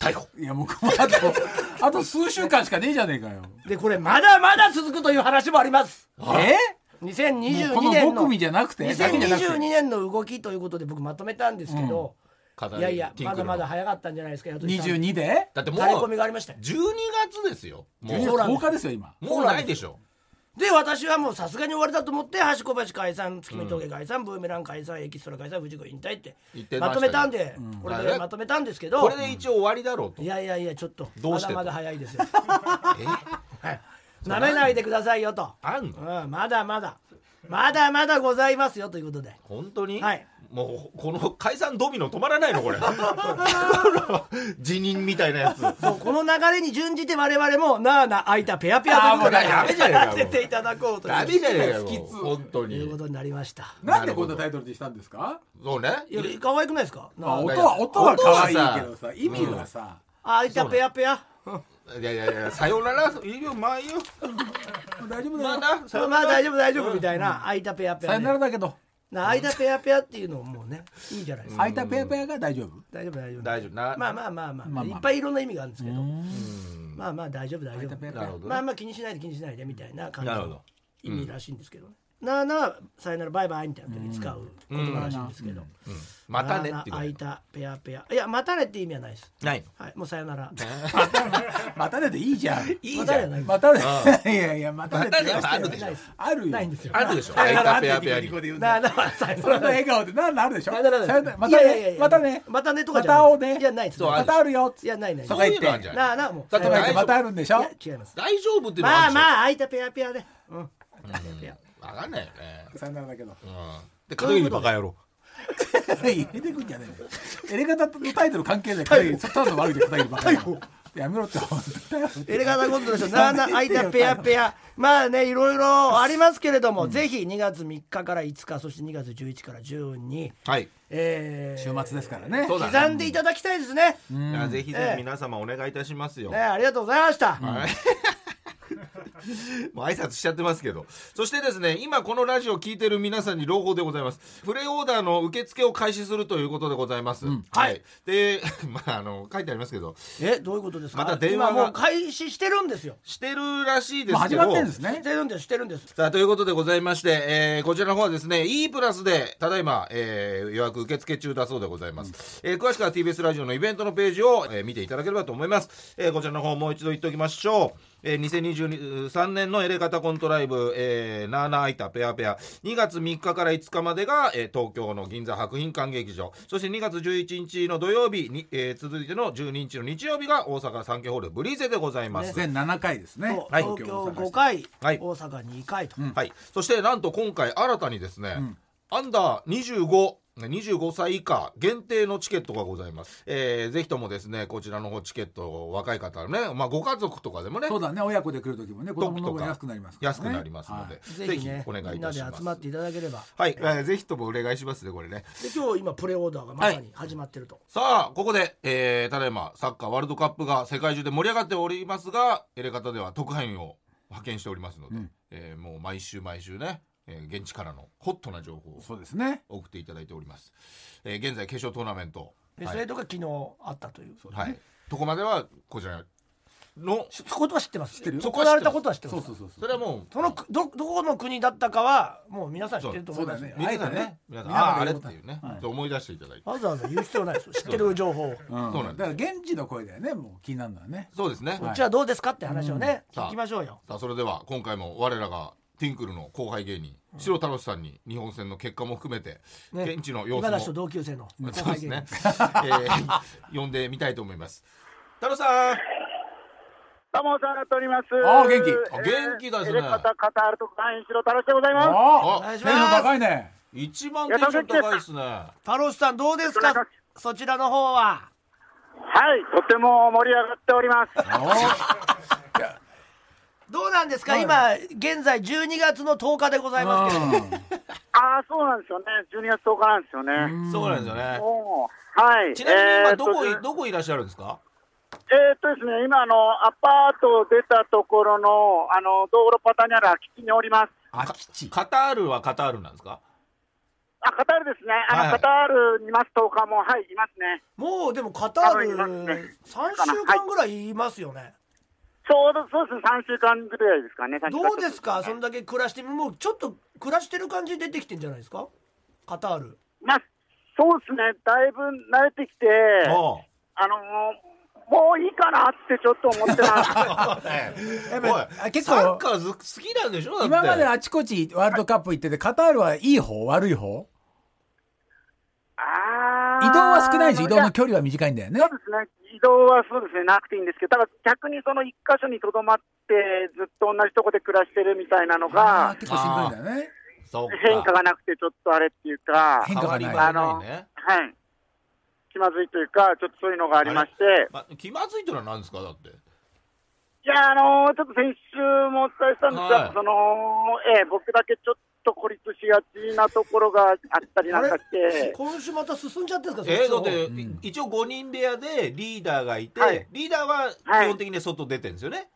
逮捕
いやもうこのあとあと数週間しかねえじゃねえかよ
で、これまだまだ続くという話もあります。
えもう
2022
この
年
5
の
組じゃなくてだけじゃなくて
2022年の動きということで僕まとめたんですけど、
片
いやいや
ティン
ま
クル
だ
の
まだ早かったんじゃないですか22
22で
だってもう
垂れ込みがありましたよ
12月ですよも
12
う
そうなんです
月10日ですよ今
もうないでしょ
で私はもうさすがに終わりだと思って橋小橋解散月見峠解散、ブーメラン解散エキストラ解散藤子引退って
言ってま
ま
した
とめ
よ
たんで、これ
だか
で
ら
まとめたんですけど
これで一応終わりだろうと
いやいやいやちょっと
どう
ま
し
だ
て
まだ早いですよ
え
はいなめないでくださいよと、
あんの
うん、まだまだまだまだございますよということで
本当に
はい
もうこの解散ドミノ止まらな いのこれこの辞任みたいなやつ
そうこの流れに準じて我々もなあなあ開いたペアペアということで
あーもうダメじゃねえかもう
やらせていただこうという
ダメじゃねえかよ
不吉
本当
というこ
に
とになりました。
なんでこんなタイトルにしたんですか
そうね
いや可愛くないですか？な
あ
あ
音は音は
音は
可
さ
愛いけどさ意味はさ、
あいたペアペア。うん
いやいやいやさよならいいよまあいいよ
もう大丈夫だ
まあ
よ
な
それまあ大丈夫大丈夫みたいなあいたペアペ
さ
ア
よなら
ね。
だけど
なあいたペアペアっていうのももうねいいじゃないですか。
空いたペアペアが大丈夫
大丈夫大丈夫。
大丈夫な
まあまあまあま
ま
あ
あ
い
まあ
っぱいいろんな意味があるんですけど、まあまあ大丈夫大丈
空いたペアペ
夫。
なるほどね
まあまあ気にしないで気にしないでみたいな感じ
なるほど
の意味らしいんですけどね。なあなあさよならバイバイみたいな時に使う言葉らしいんですけど、
またねって
ああ
い
いうたペアペアいやまたねって意味はないです
ないの
はいもうさよなら
またねでいいじゃん。い
いじゃんまたねない
また ね。いやいや、またねって言わせて
またねはあるでしょ
あるよ
ないんですよ
あるでしょ
さ
あい
よなら
た
って
ペアペア
ニ
に
コニコで言うんだ
なあ
よ
なあさよ
そ
な
れ
ら
の笑顔でなんなるでしょ。
さよなら
さよならまた
いやいやい
ね。
や
またね。
またねとか
ま
じゃ
た
ない
おね。
いやないです
そう
またあるよ。
いやないない
そ
な
う
そういうのあるんじゃ
あ
ない
なあもう
だって
さよなら
大丈夫
またあるんでし
い
ょ
や。違います
大丈夫っていうの
まあ
あ
まああいたペアペアでうん
るでしょうんわかんないよね
さよならだけど。
うんで片桐バカ野郎
入れてくんじゃねえよ。 エレガタのタイトル関係ない。片桐そただの悪口で片桐ばっかり。やめろって。
エレガタコントの人なあ なああいたペアペアまあねいろいろありますけれども、ぜひ2月3日から5日そして2月11から12に、
はい
えー
週末ですからね。
そうだね
刻んでいただきたいですね、
いやぜひぜ
ええ
ひ皆様お願いいたしますよ
ねありがとうございました、
はい もう挨拶しちゃってますけどそしてですね今このラジオを聞いてる皆さんに朗報でございますプレオーダーの受付を開始するということでございます、はいで まああの書いてありますけど
えどういうことですか
また電話が
今もう開始してるんですよ
してるらしいで
まあ
すけ
始
ど、
まってんです
し
ね。
てるんですしてるんです
さあということでございまして、えーこちらの方はですね E プラスでただいま、えー予約受付中だそうでございます、えー詳しくは TBS ラジオのイベントのページを、えー見ていただければと思います、えーこちらの方もう一度言っておきましょう、えー2023年のエレガタコントライブ、えー、ナーナーイタペアペア2月3日から5日までが、えー東京の銀座博品館劇場そして2月11日の土曜日に、えー続いての12日の日曜日が大阪サンケイホールブリーゼでございます、
全7回ですね。
そう
はい
東京
大阪
5回、
はい
大阪2回と、
はい、そしてなんと今回新たにですね、アンダー25 25歳以下限定のチケットがございます、えー、ぜひともですねこちらの方チケットを若い方ね、まあ、ご家族とかでもね
そうだね。親子で来る時もね、子供の
時
方
とか
が安くなりますからね。
安くなりますので、
はい
ぜひね
お願い
み
い
ん
た
な
し
で
ます
集まっていただければ
はい、えーぜひともお願いしますねこれね
で今日今プレオーダーがまさに始まってると、
さあここで、えー、ただいまサッカーワールドカップが世界中で盛り上がっておりますがエレ方では特派員を派遣しておりますので、えーもう毎週毎週ね、えー現地からのホットな情報を
そうですね。
送っていただいております、えー現在決勝トーナメント
で
は
そ
い
れとか昨日あったというそ
はいとこまではこちらの
そことは知ってます知って
るよ
行われたことは知ってます
そうそうそう
それはもう
そのどどこの国だったかはもう皆さん知ってると思いますよ
そうだね
皆さん
あえて
ね
ね
皆さん
皆さん
ああーあれっ
が
て
言う
いうね、
はい
と思い出していただいて
わざわざ言う必要ないですよ知ってる情報を
う
そうなんです
だから現地の声だよね。もう気になるのはね。
そうですね、
こっちはどうですかって話をね、聞きましょうよ
さあそれでは今回も我らがティンクルの後輩芸人白太郎さんに日本戦の結果も含めて
ね
現地の様子
今
も、
田氏と同級生の後
そうで
輩
す
芸
ね
人、
えー、呼んでみたいと思います太郎さん
どうもお世話になっております。
あー元気
あ元気ですね
えーエレカタカタールと団員白太郎でございます。よ
あ
お願いし
テンション
ま
高いね。
あ一番テンション高いですね
す太郎さんどうですかそちらの方は
はい、とても盛り上がっております。
どうなんですか、今現在12月の10日でございますけれども
ああ、そうなんですよね。12月10日なんですよね。
そうなんですよね
おーはい。
ちなみに
えー
今
っと
どこい、どこいらっしゃるんですか
えーっとですね、今あのアパートを出たところのあの道路パタにある空き地におります。
空き地。
カタールはカタールなんですか
あ、カタールですね。あの、
はい
カタールにいます10日もはいいますね。
もうでもカタール
カタールいますね
3週間ぐらいいますよね、
ちょうどそうですね、3週間ぐらいですかね。
どうですかそんだけ暮らしてもうちょっと暮らしてる感じ出てきてんじゃないですかカタール
まあ、そうですね。だいぶ慣れてきて。
おう
あのもういいかなってちょっと思って ます。
や
っぱ結構
サッカーず好きなんでしょだって
今まであちこちワールドカップ行ってて、カタールはいい方悪い方
あー
移動は少ないし、移動の
や
距離は短いんだよね
そ。うですね。移動はそうですね、なくていいんですけど、ただ逆にその一箇所にとどまって、ずっと同じとこで暮らしてるみたいなの
あ
が
ー、結構しんどいんだよね。
そっか
変化がなくてちょっとあれっていうか、
変
変化
化
が
が
な
ないい
ね
はい。気まずいというか、ちょっとそういうのがありまして、
まあ、気まずいというのは何ですかだって
いや、あのーちょっと先週もお伝えしたんです
は
が、
い
その、ええ僕だけちょっと孤立しがちなところがあったりなんかして、
今週また進んじゃってるんですか
えー、だ
そっ
っ
ちの方
て、一応5人部屋でリーダーがいて、
はい
リーダーは基本的に外出てるんですよね、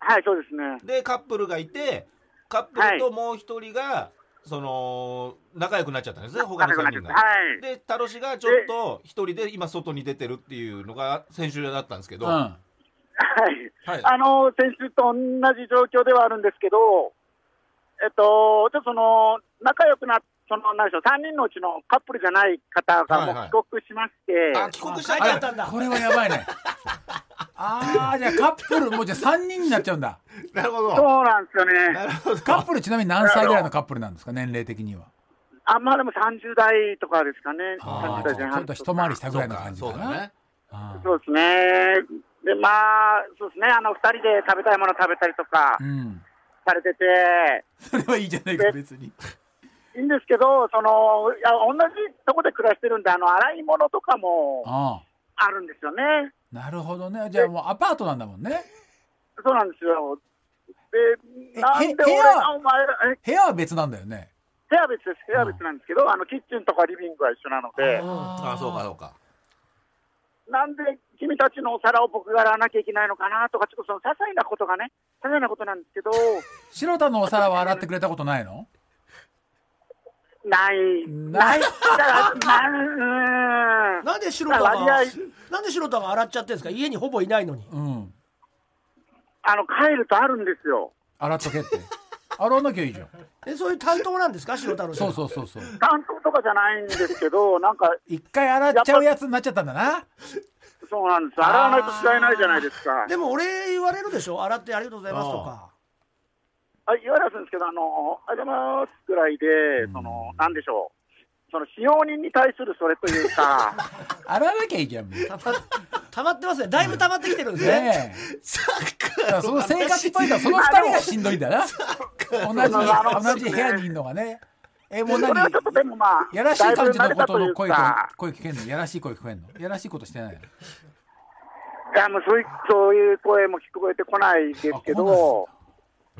はい、そうですね。
でカップルがいてカップルともう一人が、その仲良くなっちゃったんですね 他の3人が、
はい
でタロシがちょっと一人で今外に出てるっていうのが先週だったんですけど、
うん。
はい
はい
あの先週と同じ状況ではあるんですけど、えっと、ちょっとその、仲良くなっその、何でしょう、3人のうちのカップルじゃない方がも
はいはいう
帰国しまして、
あ帰国した
あ
い
書いてあったんだ
これはやばいねああじゃあカップルもうじゃあ3人になっちゃうんだ
なるほど
そうなんですよね。
カップルちなみに何歳ぐらいのカップルなんですか年齢的には
あんまあでも30代とかですかね。
あ
30
あ
代
ち
前
ょ
半
っと一回りしたぐ
そ
ら
う
いの
か
感じ
そ
か
う
な
だね
あ
そうですね。で、まあ、そうですね。あの、二人で食べたいもの食べたりとか
ーうん
されてて、
それはいいじゃないか別に
いいんですけど、その、いや、同じとこで暮らしてるんで、あの、洗い物とかも
ああ
あるんですよね。
なるほどねじゃあもうアパートなんだもんね
そうなんですよ。
え
で、なんで
へ部
俺
屋
がお前ら、え
部屋は別なんだよね
部屋は別です。部屋は別なんですけど、あの、キッチンとかリビングは一緒なので、
あそうかそうか
なんで君たちのお皿を僕が洗わなきゃいけないのかなとか、ちょっとその些細なことがね、些細なことなんで すけど、
白田のお皿は洗ってくれたことないの
ない。
ない
だから、なうーん。
なんで白田が
割合
なんで白田が洗っちゃってるんですか家にほぼいないのに
うん
あの、帰るとあるんですよ。
洗っとけって洗わなきゃいいじゃん
えそういう担当なんですか白太郎さん
そう
う
そうそうそう
担当とかじゃないんですけど、なんか、
一回洗っちゃうやつになっちゃったんだな
そうなんです。洗わないと使えないじゃないですか。
でも俺言われるでしょ洗ってありがとうございますとか
あ言われるんですけど、あの、ありがとうございますくらいで、その、なんでしょう。その、使用人に対するそれというか、
洗わなきゃいいじゃんもう
たまたまってますねだいぶたまってきてるんですね
ねえだからその生活といたその二人がしんどいんだな同じ同じ部屋にいるのがねえもう
それは
何
ちょっとでもまあ、
やらしい感じのことの声と
だいぶ慣れたというか
声聞けんのやらしい声聞こえんのやらしいことしてないの
いや、もうそういう、そういう声も聞こえてこないですけ
あそ
ど、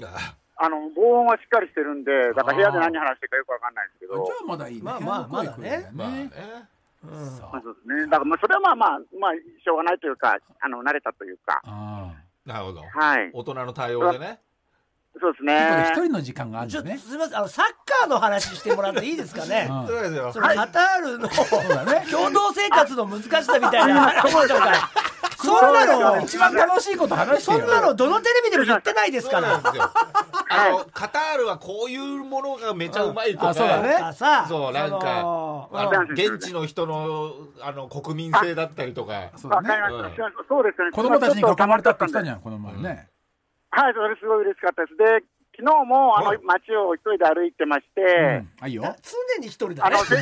あ
あの、防音はしっかりしてるんで、だから部屋で何話してるかよくわかんないですけ
じゃ
ど。
あまだいいね
まあまあ
部屋の声聞こえる
まあ
んだよ
ね
ね
うん
まあ、そうですね。だから、まあ、それはまあまあ、まあ、しょうがないというか、あの、慣れたというか。
あ
なるほど
はい。
大人の対応でね
そうです
あだから
ね
一。人の時間があるん
ち
だ
ょっ
よ
と
ね
すみませんあのサッカーの話してもらっていいですかね
うん
そうですよ
そのカタールの
だね
共同生活の難しさみたいな話とかそんなの
一番楽しいこと話して
そ
よ
んなのどのテレビでも言ってないです
そ
か
うな
ら
んですよあのカタールはこういうものがめちゃうまいと
うん
か
あそうだね
あさ
そうなんか
そ
あ
の
の現地の人のあの国民性だったりとか
そうだ
わかり
ね
ま
うん
した。そうですよね。
子供たちに囲まれたって言った
ん
じゃんこの前ね
はい、それすごい嬉しかったです。で、昨日も、あの
はい、
街を一人で歩いてまし
う
て
ん、あいいよ
常に一人だ
あ
ね
の、で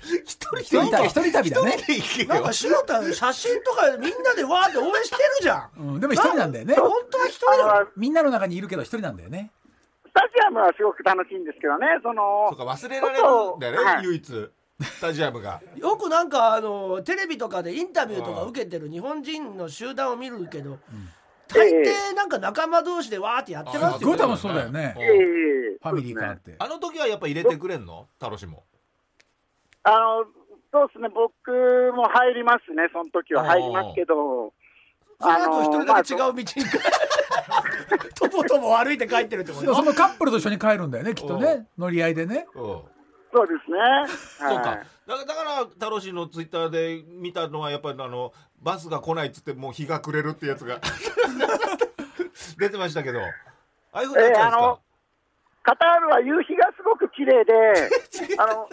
一人
一人旅一人旅だね
で行け
なん
よ
か白田写真とかみんなでわーって応援してるじゃん
うんでも一人なんだよね
本当は一人
あ
だよ
の、
みんなの中にいるけど一人なんだよね
スタジアムはすごく楽しいんですけどね、その
そう、か忘れられるんだよね、
はい
唯一スタジアムが
よくなんかあのテレビとかでインタビューとか受けてる日本人の集団を見るけど、大抵なんか仲間同士でわーってやってます
す
よ
ごい楽しそうだよね
あ
え
うん
え
ファミリーかなって
あの時はやっぱ入れてくれんのタロシも
あの、そうですね、僕も入りますね、その時は入りますけど、
その後一人だけ違う道に帰る とぼとぼ歩いて帰ってるってこ
でも
と
そのカップルと一緒に帰るんだよねきっと
う
ね乗り合いでね
うんそう
そうですね。は
か
い
だだからタロシのツイッターで見たのはやっぱりあのバスが来ないっつってもう日が暮れるってやつが 出てましたけどああいうふうになっちゃうん
カタールは夕日がすごく綺麗で、あの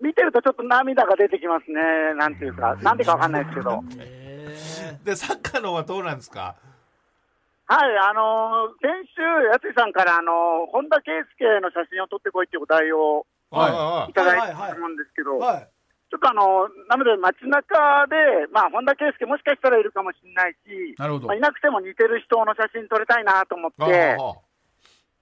見てるとちょっと涙が出てきますね、なんていうか、なんでかわかんないですけど、はい、
ですか、でサッカーの方はどうなんですか
あの先週、やついさんからあの本田圭佑の写真を撮ってこいっていうお題を
はい
あ
いただい
はいはいはい
たと思うんですけど、
はい
ちょっとあのなので、街中で、まあ、本田圭佑、もしかしたらいるかもしれないし、
なるほど
まあいなくても似てる人の写真撮りたいなと思っ
あああ
て。
ああ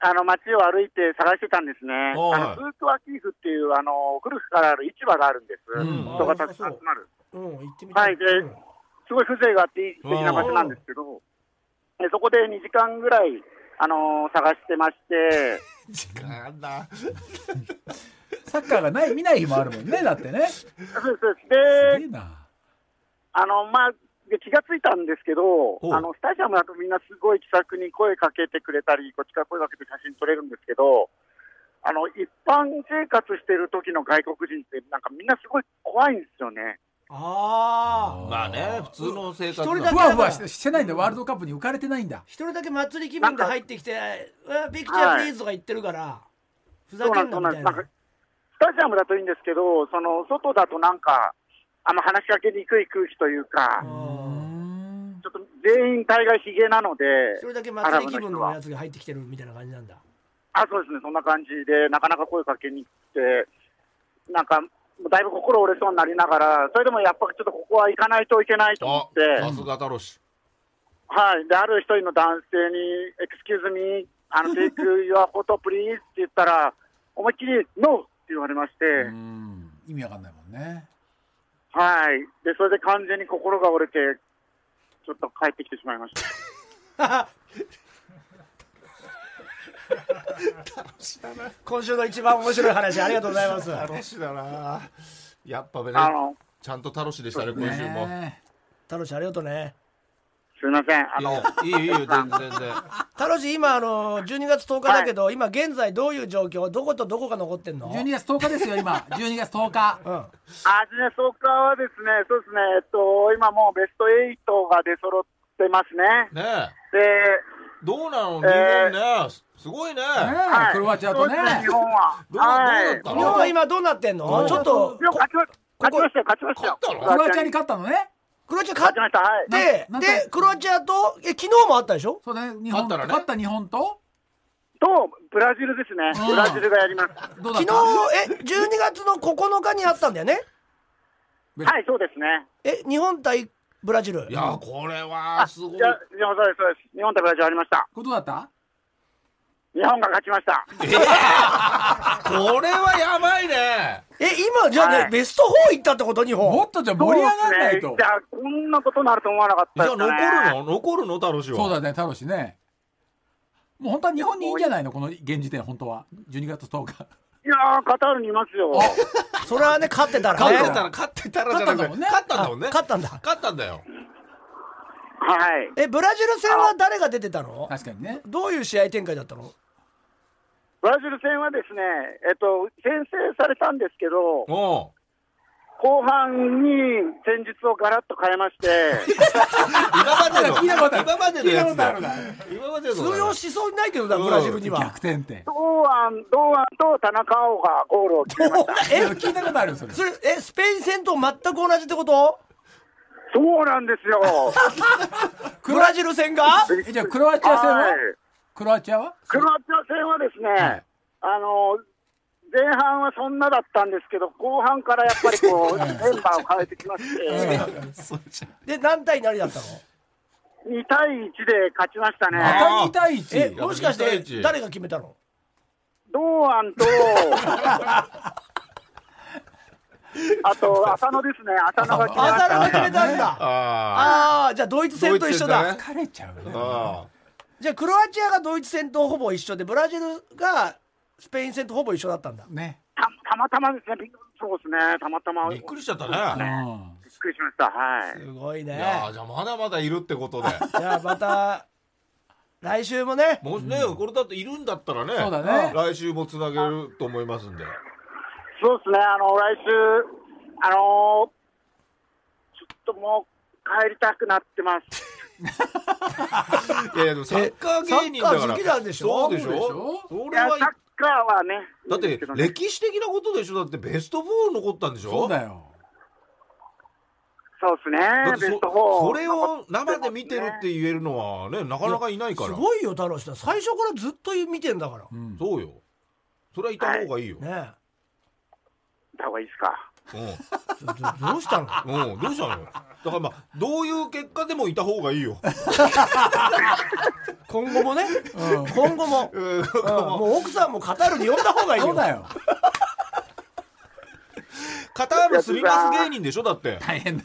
あの街を歩いて探してたんですね、あ
おい
のスークワキーフっていうあの古くからある市場があるんです、
ん
人がたくさん集まる、
うん行ってみて、
はいで
うん
すごい風情があって、いい素敵な場所なんですけど、でそこで2時間ぐらい、あの探してまして、
時間あんな
サッカーがない見ない日もあるもんねだってねす
そうですそう
げ
ですで
えな
あの、まあ、で気がついたんですけど
おう
あの、スタジアムだとみんなすごい気さくに声かけてくれたり、こっちから声かけて写真撮れるんですけど、あの一般生活してる時の外国人って、なんかみんなすごい怖いんですよね。
あ
あ
あ
ー
まあね普通の生活
一人だけ
な
ふ
の
わふわしてしてないんだ、ワールドカップに浮かれてないんだ
一人だけ祭り気分で入ってきて「うわビクチャープリーズ」とか言ってるからふざ
そう
け
なん
んな
な
み
ん
た
で
いな
す。なんか、スタジアムだといいんですけど、その、外だとなんか、あの、話しかけにくい空気というか、
う
うー
ん
ん
ちょっと全員大概ヒゲなので、
一人だけ
アラ
祭り
ブ
気分
の人
の
は
や。つが入ってきてるみたいな感じなんだ
あ、そうですね、そんな感じで、なかなか声かけにくくて、なんか、だいぶ心折れそうになりながら、それでもやっぱちょっとここは行かないといけないと思
あ
って、
さすが太郎氏
はい。で、ある一人の男性に、excuse me, あの、take your photo please って言ったら、思いっきり no って言われまして、
うん意味わかんないもんね
はい。で、それで完全に心が折れて、ちょっと帰ってきてしまいました。
今週の一番面白い話ありがとうございます
太郎氏だなやっぱね
あの、
ちゃんと太郎氏でしたね今週も
ね
タロシありがとうね
すいません。あ
い
の
や、いいよいいよ全然全然
タロシ今あの12月10日だけど、今現在どういう状況どことどこが残ってんの
12月10日ですよ今12月10日
うん
アジア総科はですね、そうですね、えっと、今もうベスト8が出揃ってますね。
ねえ
で、
どうなの日本ね、
えー
すごいね
ねえ
はい。
クロアチアとね
そうです日本は。
どうな
はい。
どうなった
日本は今どうなってんのちょっと
いや勝ちま勝ちましたよ、勝ちました
勝っ
よ。
たの
クロアチアに勝
勝
ったのね
クロアチア
ち
勝
ました、はい。
っ
勝
て
ちましたなん
で
か
クロアチアとえ昨日もあったでしょ
そうだね日本
勝ったらね
勝った日本と
と、ブラジルですね。
うん
ブラジルがやります。
どうだ
昨日
っ
え
た
12月の9日にあったんだよね
はい、そうですね。
え日本対ブラジル
いやこれはすごい
じゃあ、日本そうです、そうです。日本とブラジルありました。
これどうだった
日本が勝ちました。
これはやばいね
え今じゃあね、
はい
ベスト4行ったってこと日
も
本
っとじゃ盛り上がんない
そ
と
うですねじゃあ、こんなことになると思わなかっ
じゃ
た
あ
ですね。
残るの残るの太郎氏は
そうだね楽しいねもう本当は日本にいいんじゃないのこの現時点本当は12月10日
いやー、カタールにいますよ。
それはね勝ってたらね
勝ってたら勝ってたらじゃなくて
勝
勝
っ
ったんだもんね
あ勝ったんだ
勝ったんだよ
はい。
えブラジル戦は誰が出てたの
確かにね
どういう試合展開だったの
ブラジル戦はですね、えっと、先制されたんですけど、
おう
後半に戦術をガラッと変えまして、
今までの
聞いたことある
今までのやつだよ
聞いたことあ
今までの
通用しそうにないけどなブラジルには
逆転って
堂安、堂安と田中碧がゴールを決めました。
え
聞いたことあるそれ
それえスペイン戦と全く同じってこと
そうなんですよ。
ブラジル戦が
えじゃあクロアチア戦
は。
はいクロアチアは
クロアチア戦はですね、あの、前半はそんなだったんですけど、後半からやっぱりこ う、メンバーを変えてきまして、
で何対何だったの
2対1で勝ちました
ま
ね。
た2対
え
1
もしかし
二対一
て誰が決めたの
堂安 と、あと、浅野ですね、浅野が決めまし
浅野
た
が
ね。
決めたんだ
あ
ああじゃあドイツ戦と一緒だ
ドイツ戦だね
疲れちゃうね
ーあ
じゃあクロアチアがドイツ戦とほぼ一緒でブラジルがスペイン戦とほぼ一緒だったんだ
ね
たたまたまですね、びっそうですね、たまたま。
ーびっくりしちゃったね
うん
びっくりしました、はい。
すごい
い
ね
やーじゃあまだまだいるってことで
じゃあまた来週もね
もしねこれだっているんだったらね
そうだね
来週もつなげると思いますんで
そうですね、あの、来週、あのちょっともう、帰りたくなってます。
いやいやでもサッカー芸人だから
サッカー好きなんでしょ
そうでし
そうでし
ょ
ょ
そ
い
れ
や、
は
サッカーはね、
だって
いいんですけどね
歴史的なことでしょだってベスト4残ったんでしょ
そうだよ
そうですね
だって、
ベ
そ
スト4。
それを生で見てるって言えるのはねなかなかいないか
す
ら
ごいよ太郎さん最初からずっと見てんだから
うん
そうよそれはいた方がいいよ、
ね
た方がいいですか。
えどどどうしたの
うん、うん、どうしたのよだからまあどういう結果でもいた方がいいよ
今後もね
うん
今後も
う
う
ん
んもう奥さんもカタールに呼んだ方がいい
そ
よ
うだよ
カタールスリマス芸人でしょだって
大変だ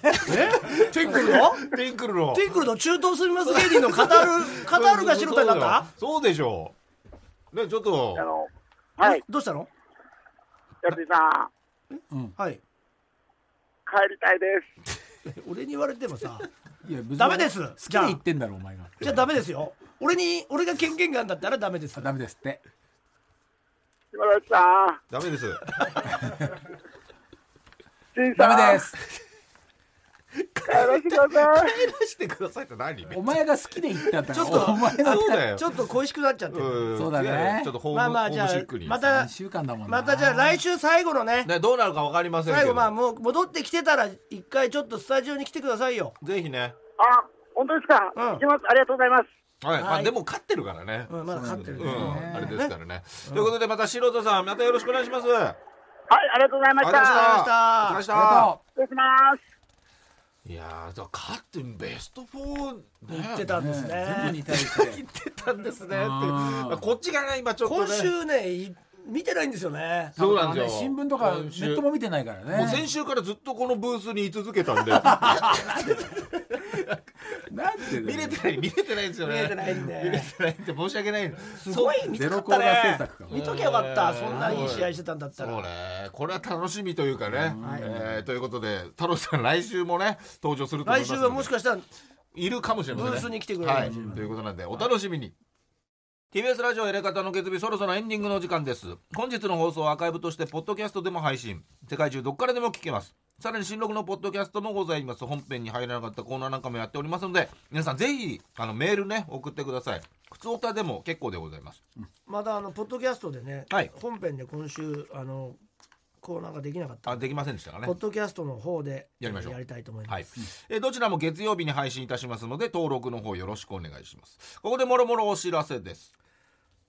テンクルの
テンクルの
テンクルの中東スミマス芸人のカタールカタールが白田になった
そうでしょうねちょっと
あの、はい、
どうしたの
安井さん、
はい
帰りたいです。
俺に言われてもさ
いや別に
ダメです
好きで言ってんだろお前が
じゃあダメですよ俺に俺が権限があるんだったらダメです
ダメですって
今田さ
ダ
ん、
メです
新さん。
ダメです
帰らせてください。
帰らしてくださいって何
お前が好きで行ったんだ
ちょっ
お
と
前
そうだよ
ちょっと恋しくなっちゃってる
ん
そうだね
いやちょっとホーム
まあまあ
ホ
じ
ー
ゃ
ム
あ
シックに
また
2週間だもんな
またじゃあ来週最後のね
ねどうなるかわかりませんけど
最後まあもう戻ってきてたら一回ちょっとスタジオに来てくださいよ
ぜひね
あ、本当ですか。
うん
行きます。ありがとうございます。
はい、ま
は
あ
い
でも勝ってるからね
うんまだ勝ってる
う
け
ん、
どね
あれですからね。ということで、また素人さん、またよろしくお願いします。あ
はい、ありがとうございまし
りがとうござい
た。
ま
ありがとうご
した。
ざいま
ありがとうございまし
失礼します。
たいやー、だから勝ってベスト4ね、
言ってたんです
ね全部
ね
に対して
言ってたんですねって。
あー
こっちがね、今ちょっと
今
ね。
週ねい見てないんですよね
そうなんですよ。
新聞とかネ
今週
ットも見てないからね
もう先週からずっとこのブースに居続 けたんで、
なんて
見れてない、見れてないですよ
見
ね。
れてないん
見れ
で
てないって申し訳ない。
す
す
ごい見
ゼ
たか
ロ
っ
コー
た
ナー政
ね
策かも
見ときゃよかったそんないい試合してたんだった
そう
ら
ね、これは楽しみというかね。えーということで、太郎さん、来週もね、登場すると思い
来
ます
週
ので。
はもしかしたら
いるかもしれません、ね、
ブースに来てくれるかもしれない
はい、ということなんでお楽しみに、TBS ラジオエレカタの決日そろそろエンディングのお時間です本日の放送はアーカイブとしてポッドキャストでも配信世界中どっからでも聞けますさらに新録のポッドキャストもございます本編に入らなかったコーナーなんかもやっておりますので皆さんぜひあのメールね送ってください靴おたでも結構でございます
まだあのポッドキャストでね
はい
本編で今週あのコーナーができなかった
あできませんでしたかね
ポッドキャストの方で
やりましょう
やりたいと思います
はい、えーどちらも月曜日に配信いたしますので登録の方よろしくお願いしますここでもろもろお知らせです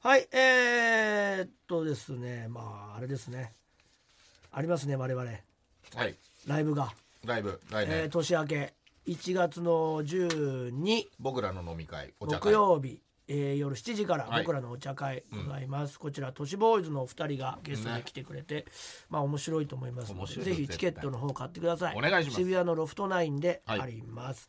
はい、えー、っとですね、まあ、あれですね。ありますね、我々、
はい
ライブが、
ライブ来年、
えー年明け、1月の12、
僕らの飲み会お茶
木
会
曜日、えー夜7時から
はい
僕らのお茶会ございます。こちら、都市ボーイズのお二人がゲストに来てくれて、まあ、面白いと思いますの
面
で、
白い
ぜひ
絶対
チケットの方買ってください。
お願いします
渋谷のロフトナインで
はい
あります。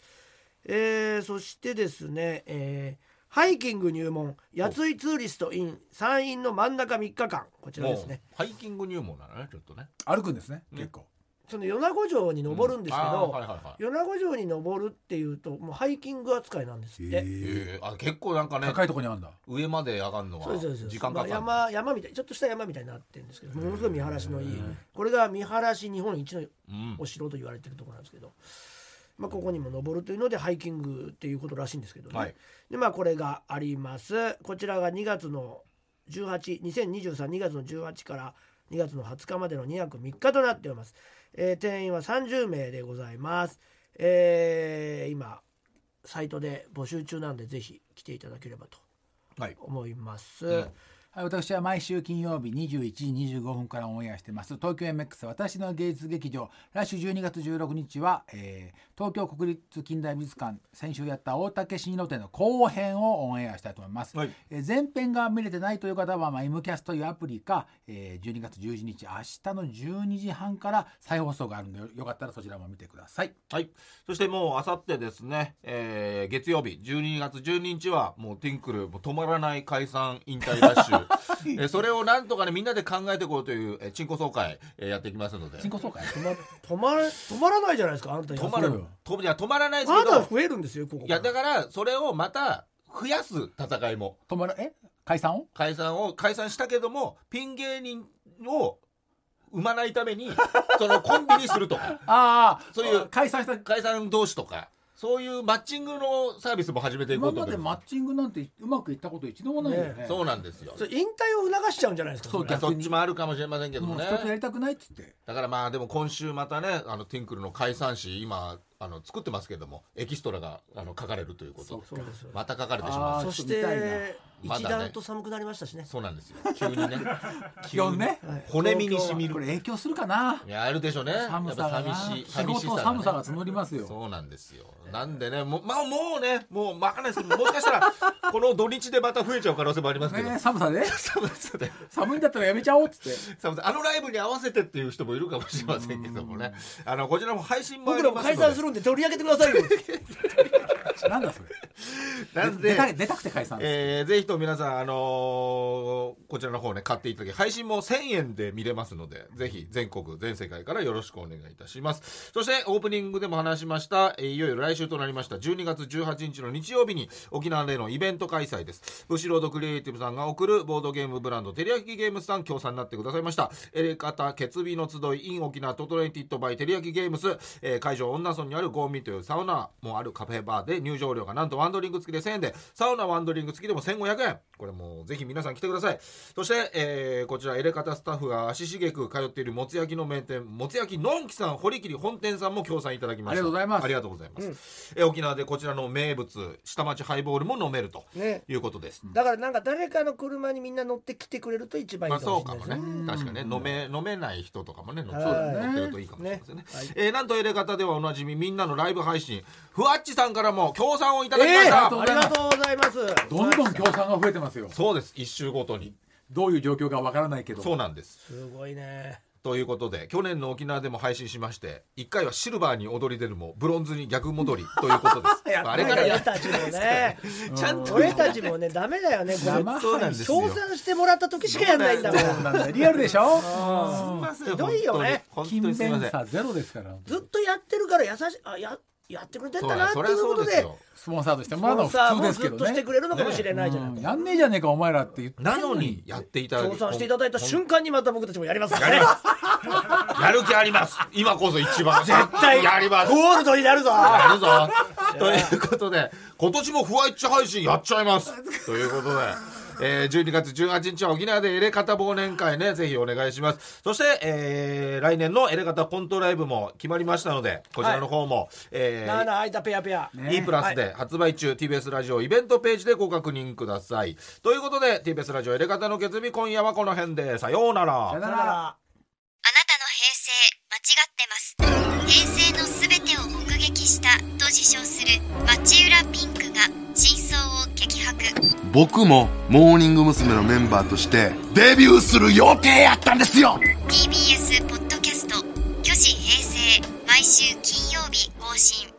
えーそしてですね、えーハイキング入門、やついツーリスト in 山陰の真ん中3日間、こちら
も
です
う
ね。
ハイキング入門なのねちょっとね
歩くんですね結構
その米子城に登るんですけど、
あーはいはいはい
米子城に登るっていうともうハイキング扱いなんですって。
へえ
えー、あ結構なんかね
高いとこにあるんだ
上まで上がるのは
そうですそうです
時間かかる、
まあ、山山みたいちょっとした山みたいになってるんですけどものすごい見晴らしのいいこれが見晴らし日本一の
うん
お城と言われてるところなんですけど、まあ、ここにも登るというのでハイキングっていうことらしいんですけどね、
はい
でまあこれがありますこちらが2月の182023月の18から2月の20日までの2泊3日となっております、えー定員は30名でございます、えー今サイトで募集中なんでぜひ来ていただければと
はい
思います、
ん
はい、私は毎週金曜日21時25分からオンエアしてます東京 MX 私の芸術劇場来週12月16日は、えー東京国立近代美術館先週やった大竹新郎展の後編をオンエアしたいと思います、
はい
えー前編が見れてないという方は、まあ、M キャスというアプリか、えー12月11日明日の12時半から再放送があるのでよかったらそちらも見てください
はいそしてもうあさってですね、えー、月曜日12月12日はもうティンクルもう止まらない解散引退ラッシ ュ、えーそれをなんとかねみんなで考えていこうという、えー、チンコ総会、えーやっていきますので
新興総会
止ま止まら止まらないじゃないですかあんた
止
止
ま
そう
る
よ
といや止まらないです
あ
け
なた
ど
は増えるんですよここ
いやだからそれをまた増やす戦いも
止まらえ解散を
解散を解散したけどもピン芸人を生まないためにそのコンビにするとか
ああ
そういう
解散した
解散同士とかそういうマッチングのサービスも始めていこ
今
うと思い
までマ
ま
ッチングなんてうまくいったこと一度もないよね
ね
そうなんですよ
それ引退を促しちゃうんじゃないですか
そう
れ
いやそっちもあるかもしれませんけども
もう
ね
人とやりたくないっつって
だからまあでも今週またねあのティンクルの解散誌今あの作ってますけどもエキストラがあの書かれるということで
そうですよ
また書かれてしま
あー
そ
うそ
し
ちょっと見たいな
て
まだ
一
ね
段と寒くなりましたしね。
うなんですよ急にね
気温ね
はい
骨身に染み
これ
る
影響するかない
やあるでしょうね
寒さ
や
が
っぱ
な
寂しい
仕
寂
事
し
寒さ
ね
が募りますよ
そうなんですよ。なんでね、もう、まあ、もうね、もう、まかないですけど、もしかしたら、 この土日でまた増えちゃう可能性もありますけど。
ね寒さで
寒さで、
寒いんだったらやめちゃおうっつって
寒さ、あのライブに合わせてっていう人もいるかもしれませんけどもね。あの、こちらも配信もあ
僕
り
ら
ます
も
ので
解散するんで取り上げてくださいよ。
なんだそれ
なん
出
で
たい出たくて解散です、
えーぜひとも皆さん、あのーこちらの方ね、買っていただき、配信も1000円で見れますので、ぜひ全国、全世界からよろしくお願いいたします。そして、オープニングでも話しました、えーいよいよ来週となりました、12月18日の日曜日に、沖縄でのイベント開催です。ブシロードクリエイティブさんが送るボードゲームブランド、テリヤキゲームズさん、協賛になってくださいました。エレカタ、ケツビの集い、イン沖縄、トトレイティットバイ、テリヤキゲームス、えー会場、女村にあるゴーミンというサウナもあるカフェバーで、入場料がなんとワンドリング付きで1000円で、サウナワンドリング付きでも1500円。これもうぜひ皆さん来てください。そして、えーこちら、エレカタスタッフが足しげく通っているもつ焼きの名店、もつ焼きのんきさん、堀切本店さんも協賛いただきました。
ありがとうございます
ありがとうございます。えー沖縄でこちらの名物、下町ハイボールも飲めると
ね
いうことです。
だからなんか誰かの車にみんな乗ってきてくれると一番い
ま
い
あ
か
そ
も
う
しれ
か
な
も
いですね。
ね。確かね、飲め、飲めない人とかもね、飲って
はい
飲ってるといいかもしれませんね。
ねはい
えーなんとエレガタではおなじみ、みんなのライブ配信、ふわっちさんからも協賛をいただきまし
えー
た。
ありがとう
ありがとうございます。
どんどん協賛が増えてますよ
そうです、一周ごとに。
どういう状況かわからないけど
そうなんです。
すごいね。
ということで、去年の沖縄でも配信しまして、1回はシルバーに踊り出るも、ブロンズに逆戻りということです。まああれから
俺
やった
ちも ね、
ちゃんと。
俺たちもね、ダメだよね。こ
生
れ
そうなんですよ。
賞賛してもらった時しかやんないんだ
そう
か
な
ら。
んだリアルでしょ
すみません。
ひどいよね
本当に本当
勤
にすみませ
勉
ん。
さゼロですから
ずっとやってるから優しい。あややってくれてんだなって
そ
いう
りゃそ
こ
う
と
です
で。
よ。
スポンサーとして
ス
もらうの
ポン
は
サー
普通
も
です
ず
け
っ
ど
として
ね
くれるのかもしれないじゃ
うん
ない。
やんねえじゃねえかお前らって言ってん
なのに、やっていただ
協
き
賛していただいた瞬間にまた僕たちもやりますか
や
ら
り
ね。
ます。やる気あります。今こそ一番。絶対やります。
ゴールドになるぞ。
やるぞ。 ということで、今年もフワイッチ配信やっちゃいます。ということで。えー、12月18日は沖縄でエレカタ忘年会ね、ぜひお願いします。そして、えー、来年のエレカタコントライブも決まりましたので、こちらの方も、え
な
ー
あなあ、あいたペアペア。
ね
E プラスで発売中、TBS ラジオイベントページでご確認ください。ということで、TBS ラジオエレカタの月日、今夜はこの辺で、さようなら。
さよなら。
あなたの平成間違ってます平成のすべてを目撃したと自称する町浦ピンクが真相を激白
僕もモーニング娘。のメンバーとしてデビューする予定やったんですよ
TBS ポッドキャスト「巨子平成」毎週金曜日更新